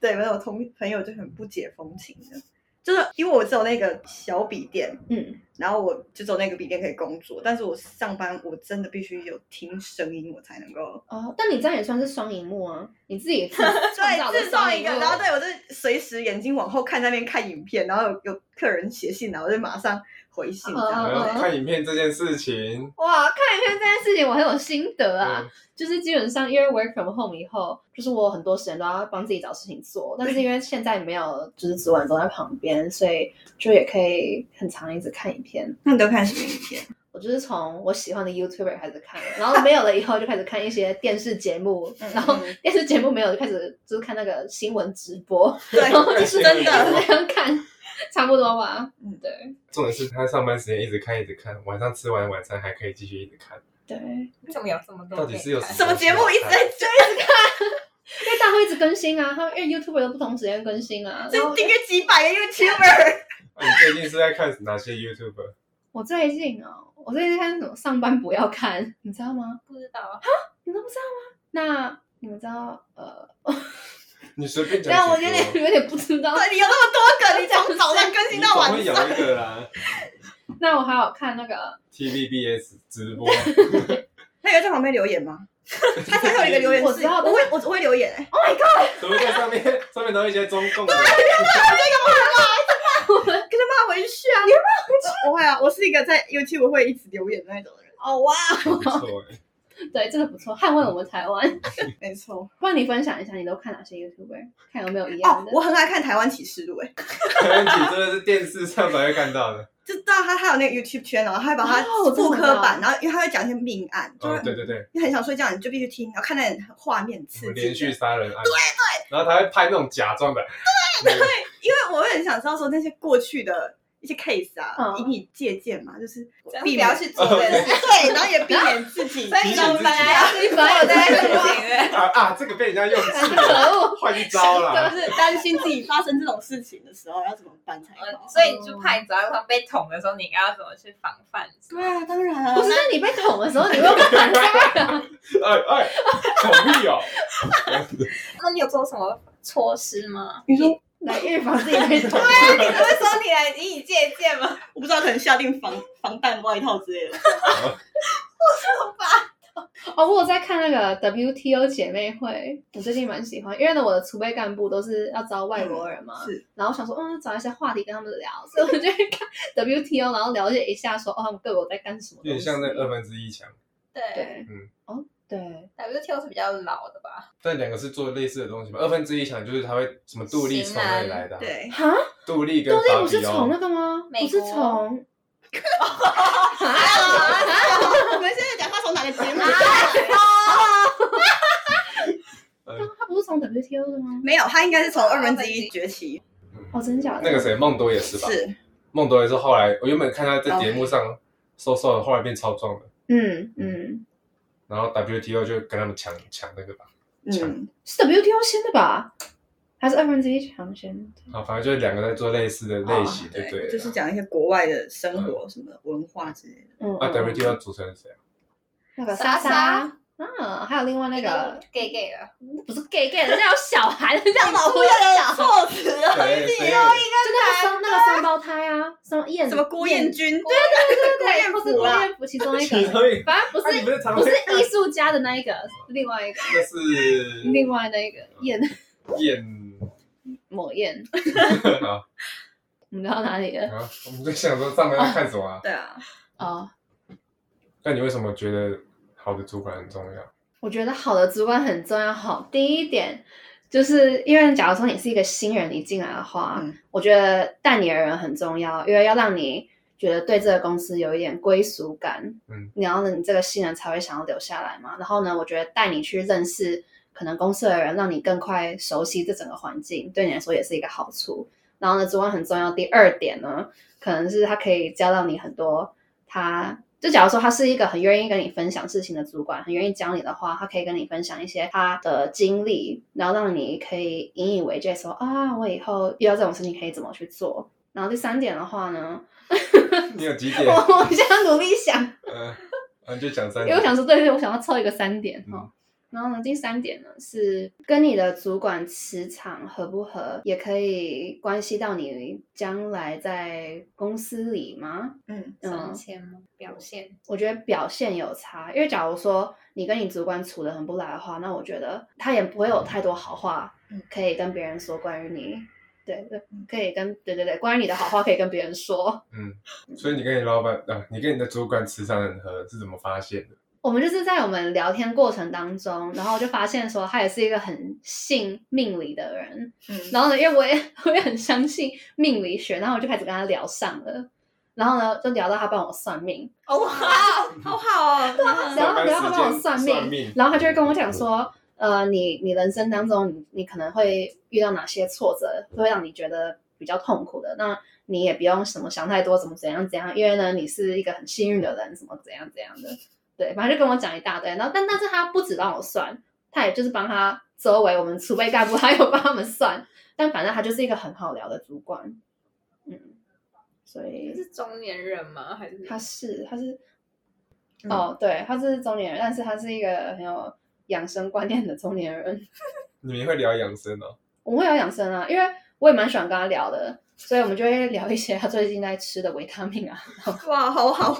对，没有同朋友就很不解风情的，就是因为我只有那个小笔电，
嗯，
然后我就只有那个笔电可以工作，但是我上班我真的必须有听声音，我才能够
哦，但你这样也算是双荧幕啊，你自己 创造
对
的
制造
双
一
荧
个，
幕
然后对我就随时眼睛往后看那边看影片，然后有有客人写信来，我就马上回信这
我
嗯
要
样子。
看影片这件事情，
哇，看一看这件事情，我很有心得啊。
嗯
就是基本上因为 work from home 以后，就是我有很多时间都要帮自己找事情做，但是因为现在没有就是主管都在旁边，所以就也可以很长一直看影片。
那你都看什么影片？
我就是从我喜欢的 YouTuber 开始看，然后没有了以后就开始看一些电视节目，
嗯
然后
嗯
电视节目没有就开始就是看那个新闻直播，
对，
然后就是
真的
一直这样看，差不多吧。
嗯
对
重点是他上班时间一直看一直看，晚上吃完晚餐还可以继续一直看，
对，因
怎么有这么多？
到底是有
什么节目一直在追，
为大家会一直更新啊，他们因为 YouTuber 都不同时间更新啊，然后
就订阅几百个 YouTuber，
啊你最近是在看哪些 YouTube？
我最近哦，我最近在看什么？上班不要看，你知道吗？
不知道？啊
你都不知道吗？那你们知道呃，
你随便 讲几个。
但我有点有点不知道。
对你有那么多个，你从早上更新
你
到
总
晚
会有
上。
一个啦
那我还有看那个，
，TVBS 直播，
那有在旁边留 言吗？他才会有一个留言
我
是
知道
我会我我会留言哎、
怎么在上面上面都有一些中共的？
跟他骂回去啊！你骂回去？我会啊，我是一个在 YouTube 会一直留言的那种人。
哦哇，
不错哎，
对，这个不错，捍卫我们台湾。
没错。
不然你分享一下，你都看哪些 YouTuber？看有没有一样
哦
的。，
我很爱看《台湾启示录》哎，
台湾剧真的是电视上才会看到的。
就知道他他有那个 YouTube 圈，然后他会把它
哦我知道
复刻版，然后因为他会讲一些命案，就
哦，对对
是
对，
你很想睡觉，你就必须听，然后看那种画面
什
刺激
么
的。
连续杀人案，对对，然后他会拍那种假装的，对对，
因为我会很想知道说那些过去的一些 case 啊，
嗯
以你借鉴嘛，就是
咱们
避
不
免哦
要去做 这个。
对，然后也避免自 己
所以你们本来要去做这件事情的，
啊啊，这个被人家用
可
气了，
恶！
换一招 啦。
就是担心自己发生这种事情的时候要怎么办才好。
呃所以你就怕你走到快被捅的时候，你应该要怎么去防范？
对啊，当然啊
不是，那你被捅的时候，你会不会反杀啊？
哎哎，好密哦，
那你有做什么措施吗？
你说
来预防自己被捅。
那 你不是说你来以以借鉴吗？
我不知道，可能下定防防弹外套之类的。
哦，我有在看那个 WTO 姐妹会，我最近蛮喜欢，因为呢，我的储备干部都是要招外国人嘛，
是，
然后我想说，嗯，找一些话题跟他们聊，所以我就会看 WTO，然后了解一下说，哦，他们各国在干什么
有点
东西。
像那二分之一强，
对对
对，
嗯
哦，对，
，WTO 是比较老的 吧？
但两个是做类似的东西吧？二分之一想就是它会什么杜立从哪里来的啊、
对，
哈，
杜立跟啊
杜立
法
不
比
是从那
欧，
个吗？
美
不是
国
从。
啊我们现在讲他从哪个节目？
嗯
他不是从 WTO 的吗？
没有，他应该是从二分之一崛起，
哦，真假的？
那个谁孟多也是吧？
是
孟多也是后来，我原本看他在节目上瘦瘦的，后来变超壮的，
嗯嗯，
然后 WTO 就跟他们抢抢那个吧，
嗯，
是 WTO 先的吧？还是二分之一强先的？
啊，反正就是两个在做类似的类型，对不对
哦
啊
对，
了？
就是讲一些国外的生活、什么文化之类的。
嗯，
啊
嗯
，WTO 主持人是谁啊？
那个莎
莎莎
莎，嗯，还有另外那个
gay gay 了，
不是 gay gay 的，那有小孩的，这样
老
不
夫
要
要有措辞
哦
了，
对，谁啊
就那个双那个双胞胎啊，双燕
什么郭彦均，
对对对对，
郭
或
彦啊
是
甫
郭
啦
彦甫其中 一
其
个，
中一个
反正不
啊你不
是
是常
不是
会看
艺术家的那一个，是另外一个
那是
另外那一个燕
燕
某燕，
好
我们聊到哪里了？
啊，我们在想说上面要看什么啊？
对啊，
哦，
那你为什么觉得好的主管很重要？
我觉得好的主管很重要。好，第一点就是因为，假如说你是一个新人，你进来的话，
嗯
我觉得带你的人很重要，因为要让你觉得对这个公司有一点归属感。
嗯，
然后呢，你这个新人才会想要留下来嘛。然后呢，我觉得带你去认识可能公司的人，让你更快熟悉这整个环境，对你来说也是一个好处。然后呢，主管很重要。第二点呢，可能是他可以教到你很多他。就假如说他是一个很愿意跟你分享事情的主管，很愿意教你的话，他可以跟你分享一些他的经历，然后让你可以引以为戒说，啊，我以后遇到这种事情可以怎么去做。然后第三点的话呢，
你有几
我
点？
我现在努力想，
嗯，啊你就讲三
因为
点
我。想说，对对，我想要凑一个三点
嗯
哈。哦然后呢，第三点呢是跟你的主管磁场合不合，也可以关系到你将来在公司里吗？
嗯，
嗯
升，迁吗？表现
我觉得表现有差，因为假如说你跟你主管处的很不来的话，那我觉得他也不会有太多好话
嗯
可以跟别人说关于你。对对，可以跟对对对，关于你的好话可以跟别人说。
嗯，所以你跟你老板啊，你跟你的主管磁场很合，是怎么发现的？
我们就是在我们聊天过程当中，然后我就发现说他也是一个很信命理的人，
嗯，
然后呢，因为我也 我也很相信命理学，然后我就开始跟他聊上了。然后呢，就聊到他帮我算命，
哦，哇，好好 哦，
然后
嗯上班
聊
时
到他帮我
间
算
算
命，
命
然后他就会跟我讲说，呃，你你人生当中你你可能会遇到哪些挫折，会让你觉得比较痛苦的，那你也不用什么想太多，怎么怎样怎样，因为呢，你是一个很幸运的人，什么怎样怎样的，对，反正就跟我讲一大堆。然后但但是他不止帮我算，他也就是帮他周围我们储备干部，他有帮他们算，但反正他就是一个很好聊的主管，嗯，所以
是中年人吗？还是
他是他是、哦，对，他是中年人，但是他是一个很有养生观念的中年人。
你们会聊养生哦？
我们会聊养生啊，因为我也蛮喜欢跟他聊的，所以我们就会聊一些他最近在吃的维他命啊，
哇，好好，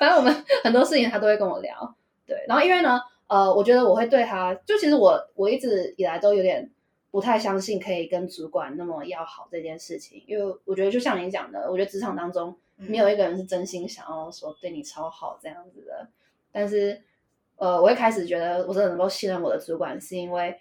反正我们 很多事情他都会跟我聊。对，然后因为呢，呃，我觉得我会对他，就其实我我一直以来都有点不太相信可以跟主管那么要好这件事情，因为我觉得就像你讲的，我觉得职场当中没有一个人是真心想要说对你超好这样子的。但是，呃，我一开始觉得我真的能够信任我的主管，是因为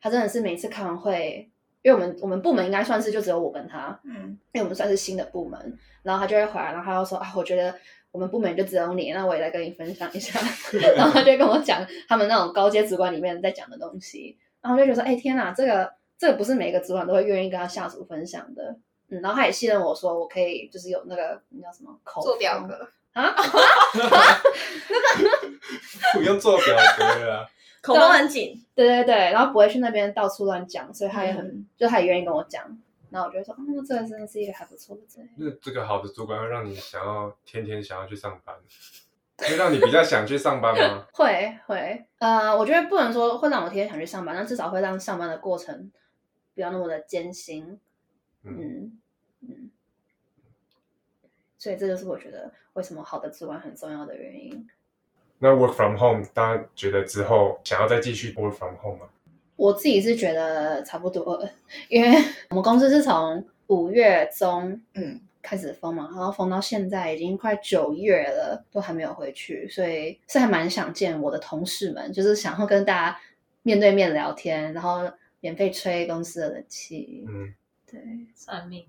他真的是每次开完会，因为我们我们部门应该算是就只有我跟他，
嗯，
因为我们算是新的部门，然后他就会回来，然后他就说啊，我觉得我们部门就只有你，那我也来跟你分享一下， 然后他就会跟我讲他们那种高阶主管里面在讲的东西，然后我就觉得说，哎天哪，这个这个不是每个主管都会愿意跟他下属分享的，嗯，然后他也信任我说我可以就是有那个那叫什么口
做表
风
格？
啊，
不用做表格了啊，
口风很紧，
对对对，然后不会去那边到处乱讲，所以他也很、就他也愿意跟我讲，然后我就会说，嗯，这个真的是一个还不错的职业
那这个好的主管会让你想要天天想要去上班，会让你比较想去上班吗？
会会，呃，我觉得不能说会让我天天想去上班，但至少会让上班的过程不要那么的艰辛。
嗯，
嗯嗯，所以这就是我觉得为什么好的主管很重要的原因。
那 work from home，大家觉得之后想要再继续 work from home 吗？
我自己是觉得差不多了，因为我们公司是从五月中
嗯，
开始封嘛，然后封到现在已经快九月了，都还没有回去，所以是还蛮想见我的同事们，就是想要跟大家面对面聊天，然后免费吹公司的冷气，
嗯，
对
算命，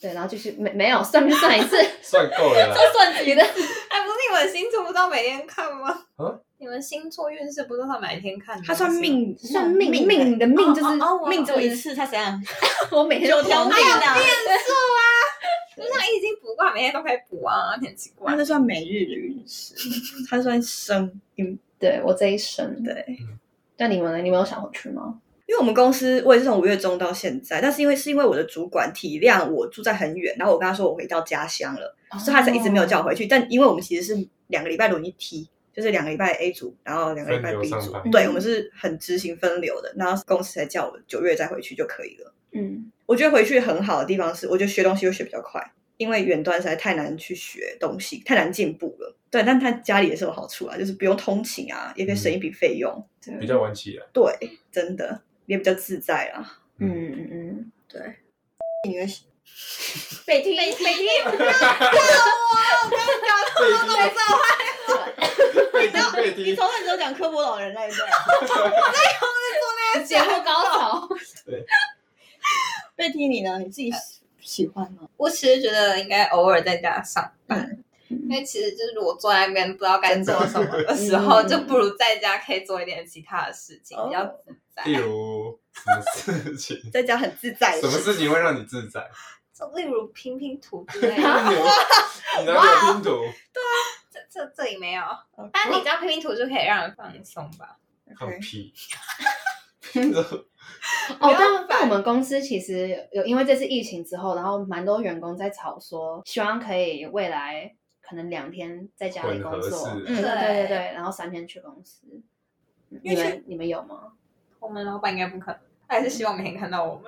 对，然后就是没没有算不算 一次，
算够了啦。
算
你的
哎，不是你们星座不都每天看吗？
你们星座运势不都是每天看的吗？
啊他算 命，
算命
命
命，你的命就是、
哦我
命只有一次，他怎样？
我每天都
九条命
狂看
啊！
就像已经卜卦，每天都可以卜啊，很奇怪
他。是算每日的运势，他算生命。
对我这一生，
对，
那你们呢？你们有想回去吗？
因为我们公司我也是从五月中到现在，但是因为是因为我的主管体谅我住在很远，然后我跟他说我回到家乡了，所以他才一直没有叫我回去。但因为我们其实是两个礼拜轮一梯，就是两个礼拜 A 组，然后两个礼拜
分流
B
上
组
班，
对我们是很执行分流的，然后公司才叫我九月再回去就可以了。
嗯，
我觉得回去很好的地方是，我觉得学东西会学比较快，因为远端实在太难去学东西，太难进步了。对，但他家里也是有好处啊，就是不用通勤啊，也可以
嗯
省一笔费用。
比较晚 起来。
对，真的也比较自在啊啦。
嗯嗯嗯，
每天每天
被踢被踢，
头开始讲科博老人那一 段，
节
啊
目高潮，
贝蒂你呢？你自己喜欢吗？
我其实觉得应该偶尔在家上班，
嗯
因为其实就是如果坐在那边不知道该做什么的时候，
嗯
就不如在家可以做一点其他的事情，
哦
比较自在。
例如什么事情？
在家很自在，
什么事情会让你自在？
就例如拼拼图之类
拼
的，
图，你哪里有拼图？
这这这里没有，
OK？
但你这样拼拼图就可以让人放松吧。
放
OK
屁！ 拼图
哦，
不要
但
烦
但我们公司其实有因为这次疫情之后，然后蛮多员工在吵说，希望可以未来可能两天在家里
混
工
合
作，
式
嗯，对对对对，然后三天去公司。你
因为
们你们有吗？
我们老板应该不可能，他还是希望每天看到我们。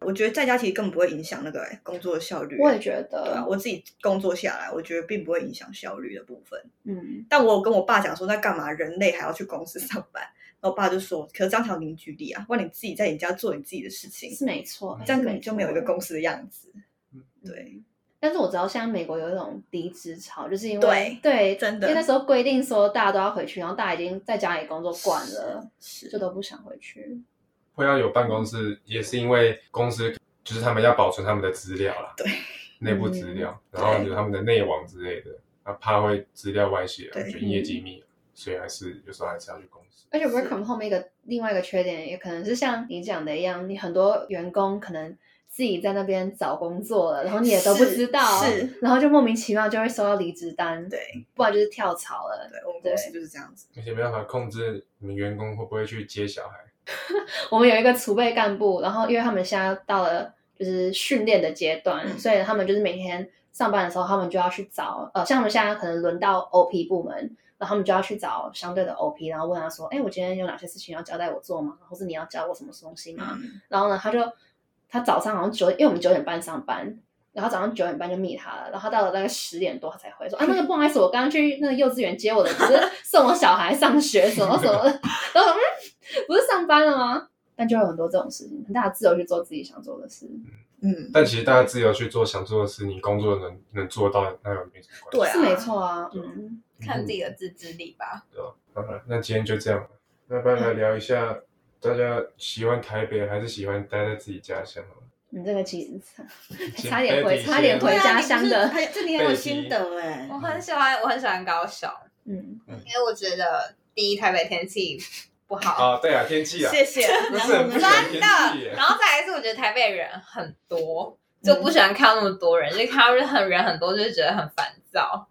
我觉得在家其实根本不会影响那个、欸工作的效率。
我也觉
对啊，
得，
我自己工作下来，我觉得并不会影响效率的部分。
嗯，
但我有跟我爸讲说，那干嘛人类还要去公司上班？然后我爸就说，可是这样才有凝聚力啊，不然你自己在你家做你自己的事情，
是没错，
这样根
没
本就没有一个
错
公司的样子。对
对。但是我知道现在美国有一种离职潮，就是因
对
为对
真的
因为那时候规定说大家都要回去，然后大家已经在家里工作惯了，
是
就都不想回去。
会要有办公室，也是因为公司就是他们要保存他们的资料啦，
对，
内部资料，
嗯
然后有他们的内网之类的，啊，怕会资料外泄啊，
对
就业机密啊，所以还是有时候还是要去公司。
而且 work from home 一个另外一个缺点，也可能是像你讲的一样，你很多员工可能自己在那边找工作了，然后你也都不知道，
是是
然后就莫名其妙就会收到离职单，
对
不然就是跳槽了。
对，我们公司就是这样子。
而且没办法控制你们员工会不会去接小孩，
我们有一个储备干部，然后因为他们现在到了就是训练的阶段，
嗯
所以他们就是每天上班的时候，他们就要去找呃，像他们现在可能轮到 OP 部门，然后他们就要去找相对的 OP，然后问他说，哎，我今天有哪些事情要交代我做吗？或是你要教我什么东西吗？
嗯，
然后呢，他就他早上好像九，因为我们九点半上班，然后早上九点半就密他了，然后他到了大概十点多他才回说啊，那个不好意思，我刚刚去那个幼稚园接我的，只是送我小孩上学什么什么的，然后我嗯，不是上班了吗？但就有很多这种事情，很大的自由去做自己想做的事。
嗯，
但其实大家自由去做想做的事，你工作能能做到，那又没什么关系。
对啊
是没错啊，嗯，
看自己的自制力吧。
好了，那今天就这样了。那不然
嗯
来聊一下，大家喜欢台北还是喜欢待在自己家乡？
你这个其实
请
差点回，
Betty
差点
先
回
啊
家乡的，
还这你
很有心
得哎
我很喜欢，我很喜欢高雄，
嗯，
因为我觉得第一台北天气不好，
啊，对啊，天气啊，
谢谢。
不是很不
真
喜欢天气
的。
耶嗯
然。后再来是我觉得台北人很多，就不喜欢看到那么多人，就看到人很人很多，就觉得很烦躁。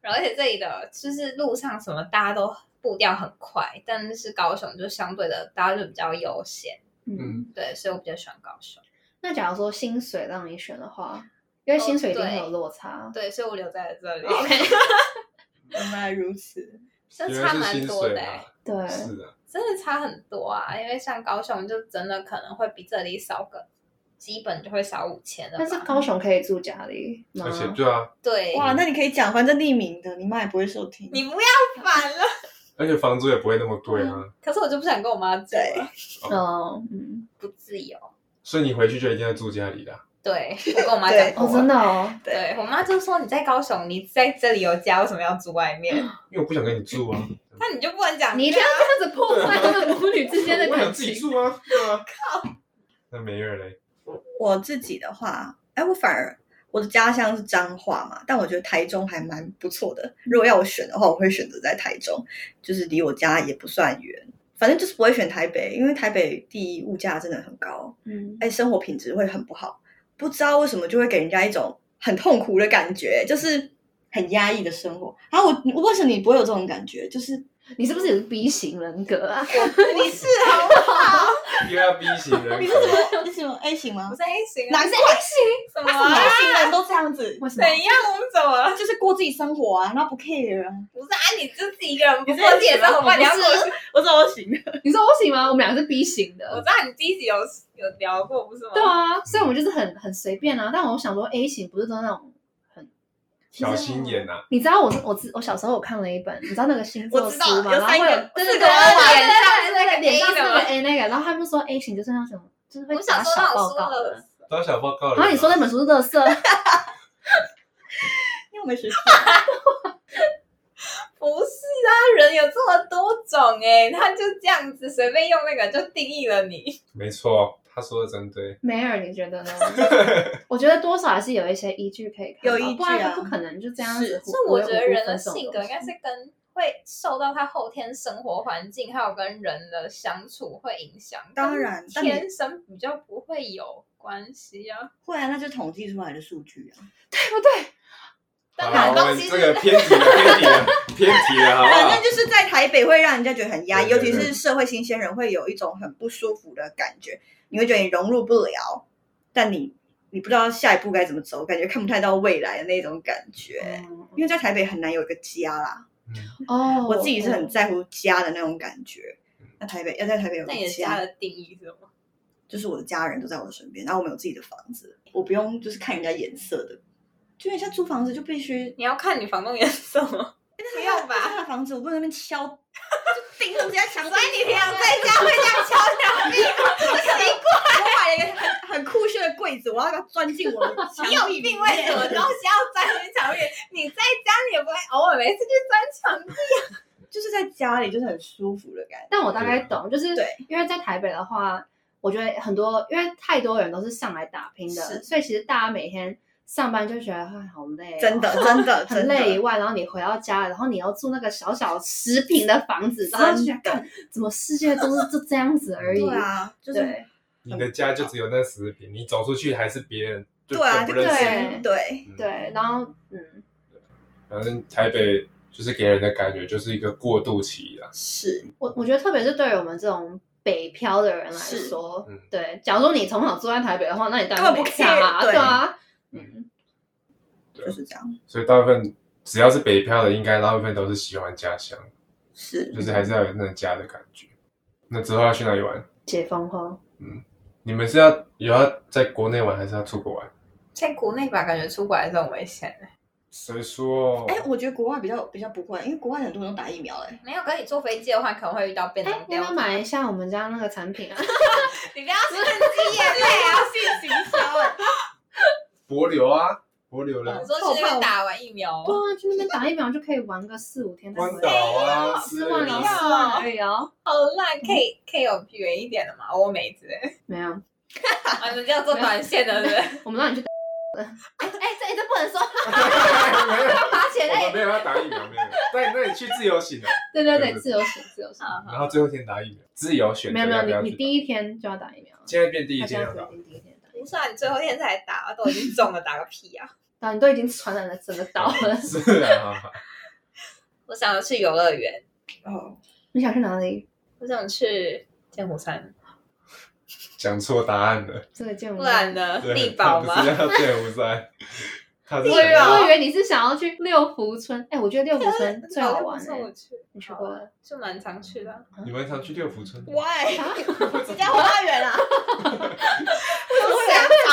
然后而且这里的就是路上什么大家都步调很快，但是高雄就相对的大家就比较悠闲，
嗯，
对，所以我比较喜欢高雄。
那假如说薪水让你选的话，因为薪水一定会有落差，
对，所以我留在了这 里，
原来如此，
真
哦原
的
来
差
是
蛮
薪
多
水
的、
啊
欸，，
对，
是啊，
真的差很多啊。因为像高雄就真的可能会比这里少个，基本就会少五千了吧。
但是高雄可以住家里吗？
而且对啊，
对，
哇，那你可以讲，反正匿名的，你妈也不会收听。
你不要烦了。
而且房租也不会那么贵啊，
可是我就不想跟我妈住了，
哦
哦，嗯，
不自由。
所以你回去就一定要住家里啦。啊
对
我跟我妈讲
对
过
哦，真的哦，
对，我妈就说你在高雄，你在这里有家，为什么要住外 面？
因为我不想跟你住啊，
那你就不能讲
你一定要这样子破坏他们母女之间的
我想
感
自己
情。
住啊，对啊。那梅尔嘞，
我自己的话，哎，我反而我的家乡是彰化嘛，但我觉得台中还蛮不错的。如果要我选的话，我会选择在台中，就是离我家也不算远。反正就是不会选台北，因为台北第一物价真的很高，
嗯，
哎，生活品质会很不好。不知道为什么就会给人家一种很痛苦的感觉，就是很压抑的生活。啊，我我为什么你不会有这种感觉？就是
你是不是也是 B 型人格 啊？
你是哦好不好？
又要 B 型人
你为
格
什，么你什么 A 型吗啊
我？是 A 型啊，
难怪 A
什
型， 为什么
么啊
A 型人都这样子？
为什
怎
么？
样？我们怎么了？
就是过自己生活啊，然后不 care 啊。
不是啊，你就自己一个人不过自己的生活，不然你要
不
过
是
去。
我说我行，
你说 O 型吗？我们俩是 B 型
呃
我
的
知。道你第一集有有聊过，不是吗？
对啊，所以我们就是很很随便啊。但我想说 A 型不是都那种很，
小心眼呐，
你知道我是我自我小时候我看了一本，你知道那个星座
我知道
书吗？
有
然后
三个
会有对对
四
对
个人嘛脸上
对对
是那
对
个
脸
A
上是那个
的嘛。
A 那个，然后他们说 A 型就是那种就是会
我小
打
时候
小
那
报
我
告
说
的
了。，
当小报告了。啊
然后你说那本书是垃圾，
因为我没学习。
不是啊，人有这么多种哎、他就这样子随便用那个就定义了你。
没错，他说的真对。
梅尔你觉得 呢？我觉得多少还是有一些依据可以看到，
有依据啊
不然不可能就这样
是
子。
所以我觉得人的性格应该是跟会受到他后天生活环境还有跟人的相处会影响，
当然
跟
但你
天生比较不会有关系啊。
会啊，那就统计出来的数据啊。
对不对？
但
好
哪
我
东
们
西
这
是
个偏题了，偏题了，偏题了，好不
反
好
正？就是在台北会让人家觉得很压抑，
对
尤
对
其
对
是社会新鲜人会有一种很不舒服的感觉，你会觉得你融入不了，但你你不知道下一步该怎么走，感觉看不太到未来的那种感
嗯
觉。因为在台北很难有一个家啦，
哦，
我自己是很在乎家的那种感觉
嗯。
那台北要在台北有
那
个
你的家
啊
家，
的定义是什么？
就是我的家人都在我的身边，然后我们有自己的房子，我不用就是看人家颜色的，就人家租房子就必须
你要看你房东颜色吗？不用吧
他的房子我不能在那边 敲，就钉上人家墙壁。所啊以
你平常在家会这样敲墙壁 吗？不行，
我买了一个很很酷炫的柜子，我要把它钻进我的墙
你有
壁里
病？为什么
面。
东西要钻进墙壁？你在家你也不会偶尔没事去钻墙壁。
就是在家里就是很舒服的感觉。
但我大概懂，就是
对
因为在台北的话，我觉得很多，因为太多人都是上来打拼的，
是
所以其实大家每天上班就觉得哎好累哦、
真的，真的，
很
真的
累以外，然后你回到家，然后你要住那个小小十平的房子，然后就觉得
真的
干怎么世界都是就这样子而已。
对啊，就是
对
你的家就只有那十平，你走出去还是别人，就
对
更
啊，
不
就
认识你。
你
对，
嗯
对，然后嗯，
反正台北就是给人的感觉就是一个过渡期啊啦。
是
我我觉得特别是对于我们这种北漂的人来
是
说
嗯，
对，假如说你从小住在台北的话，那你当
根
然
本
没
不
差
care，
啊，
对
对啊，嗯，
就是这样，
所以大部分只要是北漂的，应该大部分都是喜欢家乡，
是
就是还是要有那种家的感觉。那之后要去哪里玩？
解放后。
你们是要有要在国内玩，还是要出国玩？
在国内吧，感觉出国还是很危险的。
谁说？
哎，我觉得国外比较比较不会，因为国外很多人都打疫苗，哎，
没有跟你坐飞机的话，可能会遇到变
哎
种，
你要
标
不要买一下我们家那个产 品啊？
你不要趁 机夜配啊！
性行销，哎，
博流啊，博流
你
哦
了，
说去那边打完疫苗
对，啊，去那边打疫苗就可以玩个四五天再
关
回
岛
来。
啊，
四
之
万
类
了，
的
四万而已哦。
好烂，可以可以有远一点的嘛，欧美之类的。
没有，
啊，你这样做短线的，是不 是？
我们让你去打。哎哎，这这不能说，
没有，
花钱
我们
哎。
没有要打疫苗，没有。那那你去自由行啊，
对对对，自由行，自由行。
啊
然后最后一天打疫苗，自由选择
没有没
要不
有，
要
你
去打。
你第一天就要打疫苗了。
现在变第一
他
天
现在
要
决
打，
定第一天打疫苗。
不是啊，你最后一天才打，都已经中了，打个屁啊！
啊，你都已经传染了整个岛 了。
是啊，哈哈
我想要去游乐园，
哦，
你想去哪里？
我想去剑湖山，
讲错答案了。
这个见我
不
们
然呢？
对啊
力宝吗
不？是要对，不是。靠
我
这
以
个
为我以
啊
为你是想要去六福村，哎，我觉得六福村最好玩
那我
哎，
去，
你去过了？
欸就蛮常去的啊。啊
你们常去六福村？
喂， 你家花园啊？我想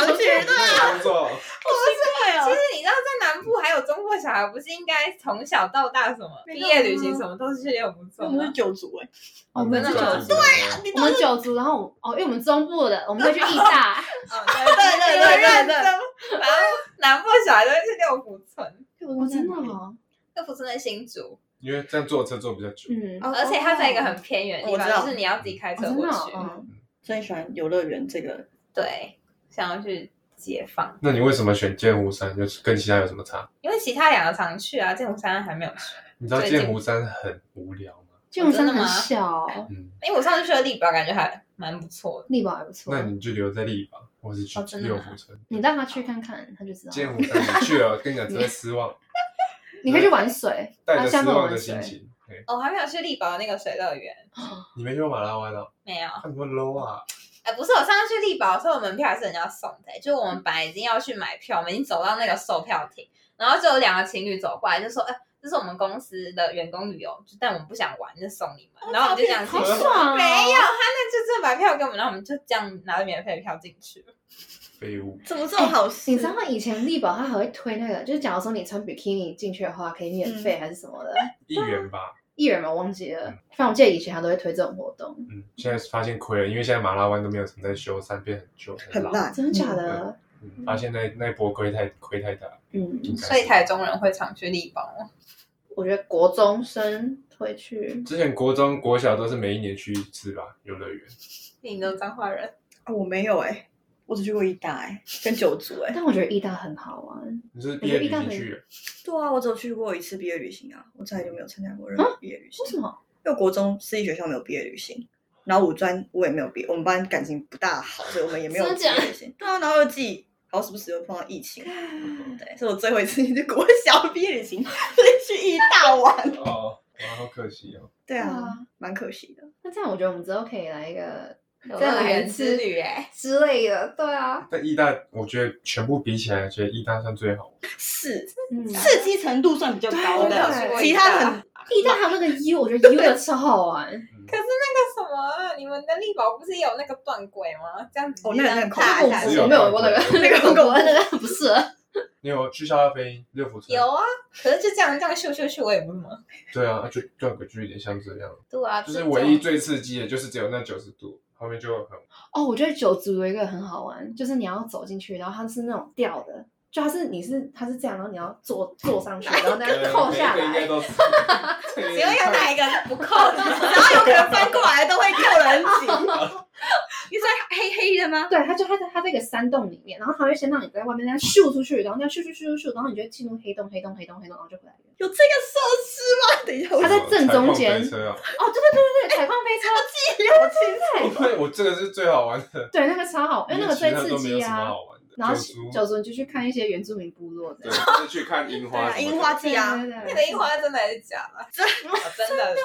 常去
没有工作，
对
其
哦
实，你知道，在南部还有中国小孩，不是应该从小到大什么毕业旅行什么都是去六福
我
村
们
吗
是？九族哎，
哦我们是
真的
九
吗
族，
对啊呀，
我们九族，然后哦，因为我们中部的，我们会去义 大，
嗯，对对对对对，反正南部小孩都会去六福村，
哦，真的哦，
六福村在新竹，
因为这样坐车坐比较久。
嗯，
哦
而且它在一个很偏远的地
我知道
方，就是你要自己开车过
哦真
去
的。哦
嗯，所以喜欢游乐园这个
对，想要去解放，
那你为什么选剑湖山？就是跟其他有什么差？
因为其他两个常去啊，剑湖山还没有去。
你知道
最近
剑湖山很无聊吗？
剑湖山
真的
很
吗
小，
嗯，
因为我上次去了力宝，感觉还蛮不错的。
力宝还不错
那，你就留在立吧，或是去
哦真的
六
吗
福村。
你让他去看看，他就知道
剑
了。
湖山你去了，跟你讲真的失望，
你可以去 玩水，
带
他
着
下
失
面
望
玩
的心
水，
情。对
哦，还没有去力宝的那个水乐园，
你没去过马拉湾哦？
没有。
啊你们 low 啊！
哎，不是，我上次去力宝的时候，我门票还是人家送的、欸就是我们本来已经要去买票，我们已经走到那个售票亭，然后就有两个情侣走过来，就说：“哎、这是我们公司的员工旅游，就但我们不想玩，就送你们。”然后我们就这样进
好
去，
爽啊！
没有，他那就真的把票给我们，然后我们就这样拿着免费的票进去。
废物，
怎么这么好事？
你知道以前力宝他还会推那个，就是假如说你穿比基尼进去的话，可以免
嗯
费还是什么的，
一元吧。
艺人嘛忘记了，反正我记得以前他都会推这种活动，
嗯，现在发现亏了，因为现在马拉湾都没有什么在修缮，变很旧
很
老。
烂，
真的假的？
嗯，发现那那一波亏太亏太大，
嗯，
应该是
所以台中人会常去力宝吗？
我觉得国中生会去，
之前国中、国小都是每一年去一次吧，游乐园。
你都彰化人，
啊我没有哎，我只去过一大哎，跟九族哎。
但我觉得义大很好玩，
你是毕业旅行去的？
对啊，我只有去过一次毕业旅行啊，我再也就没有参加过任何毕业旅行。
为什？么？
因为国中私立学校没有毕业旅行，然后五专我也没有毕业，我们班感情不大好，所以我们也没有
真的
毕业
假的
旅行。对啊，然后又自己，然后时不时又碰到疫情，对，所以我最后一次去国小毕业旅行， 就是去义 大玩。
哦，哇，好可惜哦。
对啊
哇，
蛮可惜的。
那这样我觉得我们之后可以来一个
游
再
乐
来一
园
次
之旅、哎，
之类的，对啊，
但义大，我觉得全部比起来，觉得义大算最好玩。
是
嗯，
刺激程度算比较高
对我
的
有去，
过
其
义大
他的很
义大还有那个 U，我觉得 U 的超好玩，
嗯
那什么啊，你们的力宝不是有那个断轨吗？这样子
哦
一
那个
张
很恐
大
怖 哦
下
我
去
只有
我没有玩过那个那个，我玩那个不是，
你有去消费飞六福村？
有。啊，可是就这样这样咻咻咻，我也不是吗？
对啊，就断轨就有点像这样，
对啊，
就是
这
唯一
种
最刺激的，就是只有那九十度，后面就很
哦，我觉得九族有一个很好玩，就是你要走进去，然后它是那种吊的，就它是你是它是这样，然后你要坐坐上去，然后 再扣下
每一个应该
来。
都是。
只
只
有有哪一个是不 扣的？
然后有可能翻过来都会扣人紧，
你说黑黑的吗？
对，它就它在它在一个山洞里面，然后它会先让你在外面这样咻出去，然后这样咻咻咻咻咻，然后你就会进入黑洞黑洞黑洞黑洞，然后就回来了。
有这个设施吗？等一下，我
它在正中间
踩碰飞车啊
哦，对对对对对，采矿
哎
飞车，我记
哦
得，我
我我这个是最好玩的，
哦对，那个超 好，因为那个最
其他
刺
都没有
激
什么
啊。
好玩的。
然后
九
九
族，
族你就去看一些原住民部落的
对，，就是去看樱
对
花什么
啊，
的，
樱花季啊，
对
那
对
个
对
樱花真的还是假的？真真的。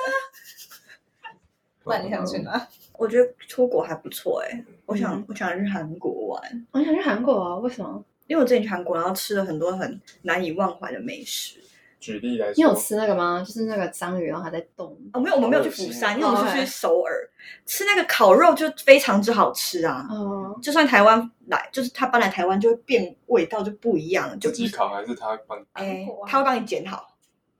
不然你想去哪？
我觉得出国还不错哎，我想我想去韩国玩。
我想去韩国啊，为什么？
因为我之前去韩国，然后吃了很多很难以忘怀的美食。
举例来说，
你有吃那个吗？就是那个章鱼，然啊后还在动。
哦，没有，我们没有去釜山，因为我们是去
OK
首尔吃那个烤肉，就非常之好吃啊！
哦，
就算台湾来，就是他搬来台湾，就会变味道就不一样，就
自己烤还是他帮你？
哎
韩国，啊
他会帮你剪好，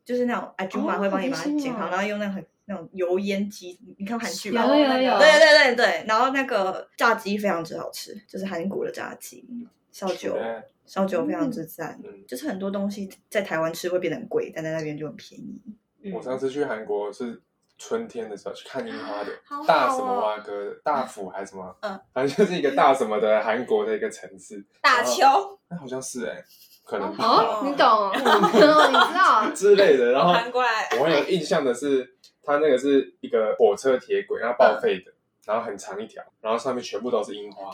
就是那种阿舅妈
哦
会帮你
好
把
贴
它
心
剪好，
哦
然后用那个很那种油烟机，你看韩剧
有
吧？
有有有，
对对对对，然后那个炸鸡非常之好吃，就是韩国的炸鸡，烧酒嗯
对
烧酒非常之赞，
嗯
就是很多东西在台湾吃会变得很贵，但在那边就很便宜。
嗯
我上次去韩国是春天的时候去看樱花的
好好，
大
哦
什么蛙哥，大府还是什么，啊
嗯，
反正就是一个大什么的韩国的一个城市，
大邱，
那好像是哎，可能
哦
吧，
你懂，哦你知道，
啊之类的。然后
韩国来。
我很有印象的是，它那个是一个火车铁轨，然后报废的，然后很长一条，然后上面全部都是樱花，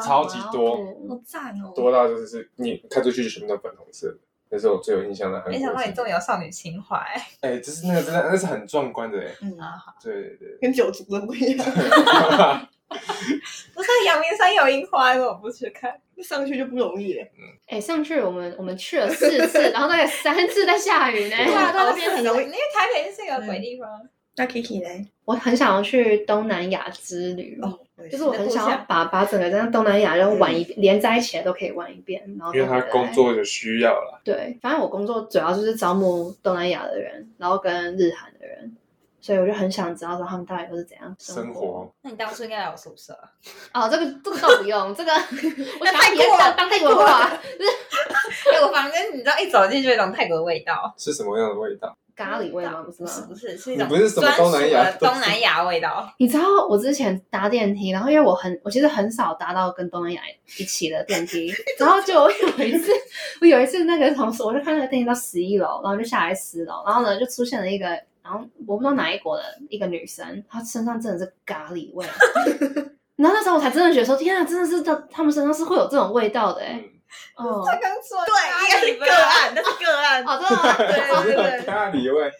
超级多，
好赞哦！
多到就是是你看出去就全部都粉红色的。那是我最有印象的韩国
没
城。
想到你这么有少女情怀、
哎，就是那个真的，那是很壮观的哎。
嗯，
对对对。
跟九族的不一样。
不是啊阳明山有樱花，我不去看。
上去就不容易了。
哎、上去我们我们去了四次，然后大概三次在下雨呢。
对啊，
哦
到那边
是
很
哦
容易，因嗯为台北就是一个鬼地方。
那 Kiki 呢？
我很想要去东南亚之旅，
哦，
就是我
你的
很
故
想要
乡
把把整个在东南亚然后玩一、连在一起的都可以玩一遍，然后
因为
都
他
回来
工作的需要啦。
对，反正我工作主要就是招募东南亚的人，然后跟日韩的人，所以我就很想知道说他们到底都是怎样
生
活。
活
那你当初应该来我宿 舍啊，
哦，这个这个倒不用，这个我想要体验
过了
当当地文化，
哎，我房间你知道一走进去就有一种泰国的味道，
是什么样的味道？
咖喱味吗？不是
不
吗？
是不是，是一种
你不是什么
专属
东南亚
的东南亚味道。
你知道我之前搭电梯，然后因为我很，我其实很少搭到跟东南亚一起的电梯，然后就我有一次， 我有一次那个同事，我就看那个电梯到十一楼，然后就下来十楼，然后呢就出现了一个，然后我不知道哪一国的一个女生，她身上真的是咖喱味，然后那时候我才真的觉得说，天啊，真的是的，他们身上是会有这种味道的哎、
嗯，
哦
他刚说
对，应该是个案，那是个案。
哦，真的吗
只
对
有
对对，
咖喱味，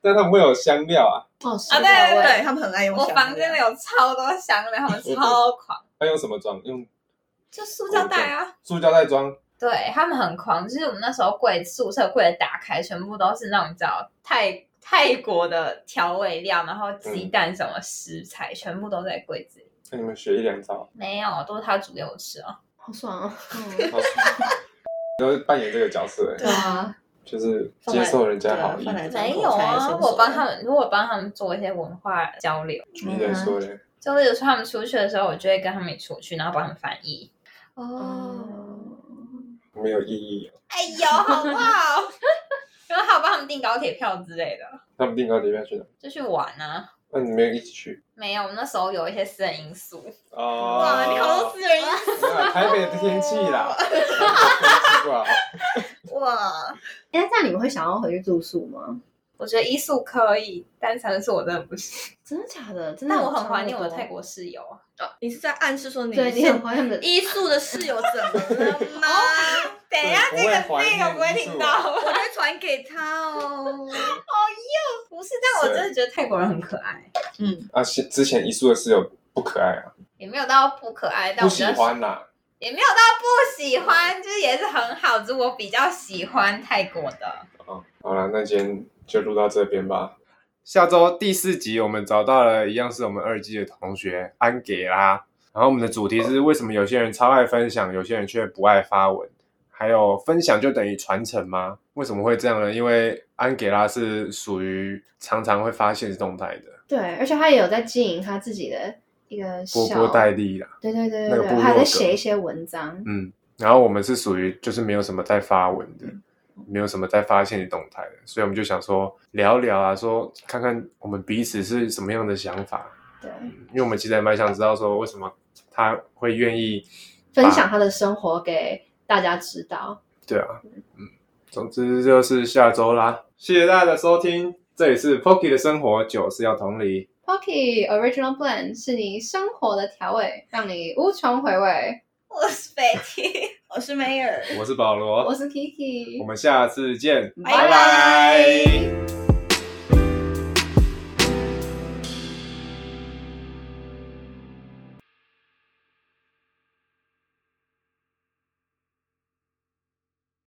但他们会有香料啊。
哦，
啊
香料
对对
味
对他们很爱用
我
香料。
房间里有超多香料，他们超 狂，
他用什么装？用
就塑胶袋啊。
塑胶袋装。
对他们很狂，就是我们那时候柜宿舍柜的打开，全部都是那种叫泰泰国的调味料，然后鸡蛋什么食材，全部都在柜子里。
哎那你们学一两招，
没有，都是他煮给我吃哦。
好爽哦，
好爽 都是扮演这个角色欸，
对啊，
就是接受人家好意
对啊。饭来张
没
口
有
菜来
啊
伸，手
我帮他们，如果帮他们做一些文化交流，
你
嗯
来说嘞，
就例如说他们出去的时候，我就会跟他们一起出去，然后帮他们翻译。
哦，
没有意义。
哦
哦
哎呦，好不好？ 然后还有帮他们订高铁票之类的，
他们订高铁票去哪？
就去玩啊。
那你没有一起去？
没有，我们那时候有一些私人因素。
哦
哇，你好多私人
啊台北的天气啦， 台北的天气不好。
哇，
哎，那你们会想要回去住宿吗？
我觉得医术可以，但城市我真的不行。
真的假的？真的
但
有
我很
差
怀
那
念我
么
的
多
泰国室友啊。
你是在暗示说你哦
对你很怀念的
医术的室友怎么了吗？
哦 等一下，这
对
个
不会怀念啊
那个不会听到。
我会传给他哦。
不是，但我真的觉得泰国人很可爱，
嗯，
啊，之之前一宿的室友不可爱啊，
也没有到不可爱，但
不
我
喜
觉得
欢啦。
也没有到不喜欢，就是也是很好，只是我比较喜欢泰国的。
哦，好了，那今天就录到这边吧。下周第四集，我们找到了一样是我们二季的同学安给拉，然后我们的主题是为什么有些人超爱分享，有些人却不爱发文，还有分享就等于传承吗？为什么会这样呢？因为安给拉是属于常常会发现实动态的，
对，而且他也有在经营他自己的一个
波
小，
波代理啦。
对对对
那
对
个
对，
部落
他还在
格
写一些文章。
嗯，然后我们是属于就是没有什么在发文的，没有什么在发现实动态的，所以我们就想说聊聊啊，说看看我们彼此是什么样的想法，
对，
因为我们其实也蛮想知道说为什么他会愿意
分享他的生活给大家知道。
对啊，嗯，总之就是下周啦，谢谢大家的收听，这里是 Pocky 的生活，酒是要同理，
Pocky Original Blend 是你生活的调味，让你无穷回味。
我是北提，
我是梅尔。
我是保罗，
我是 Kiki，
我们下次见，
拜
拜拜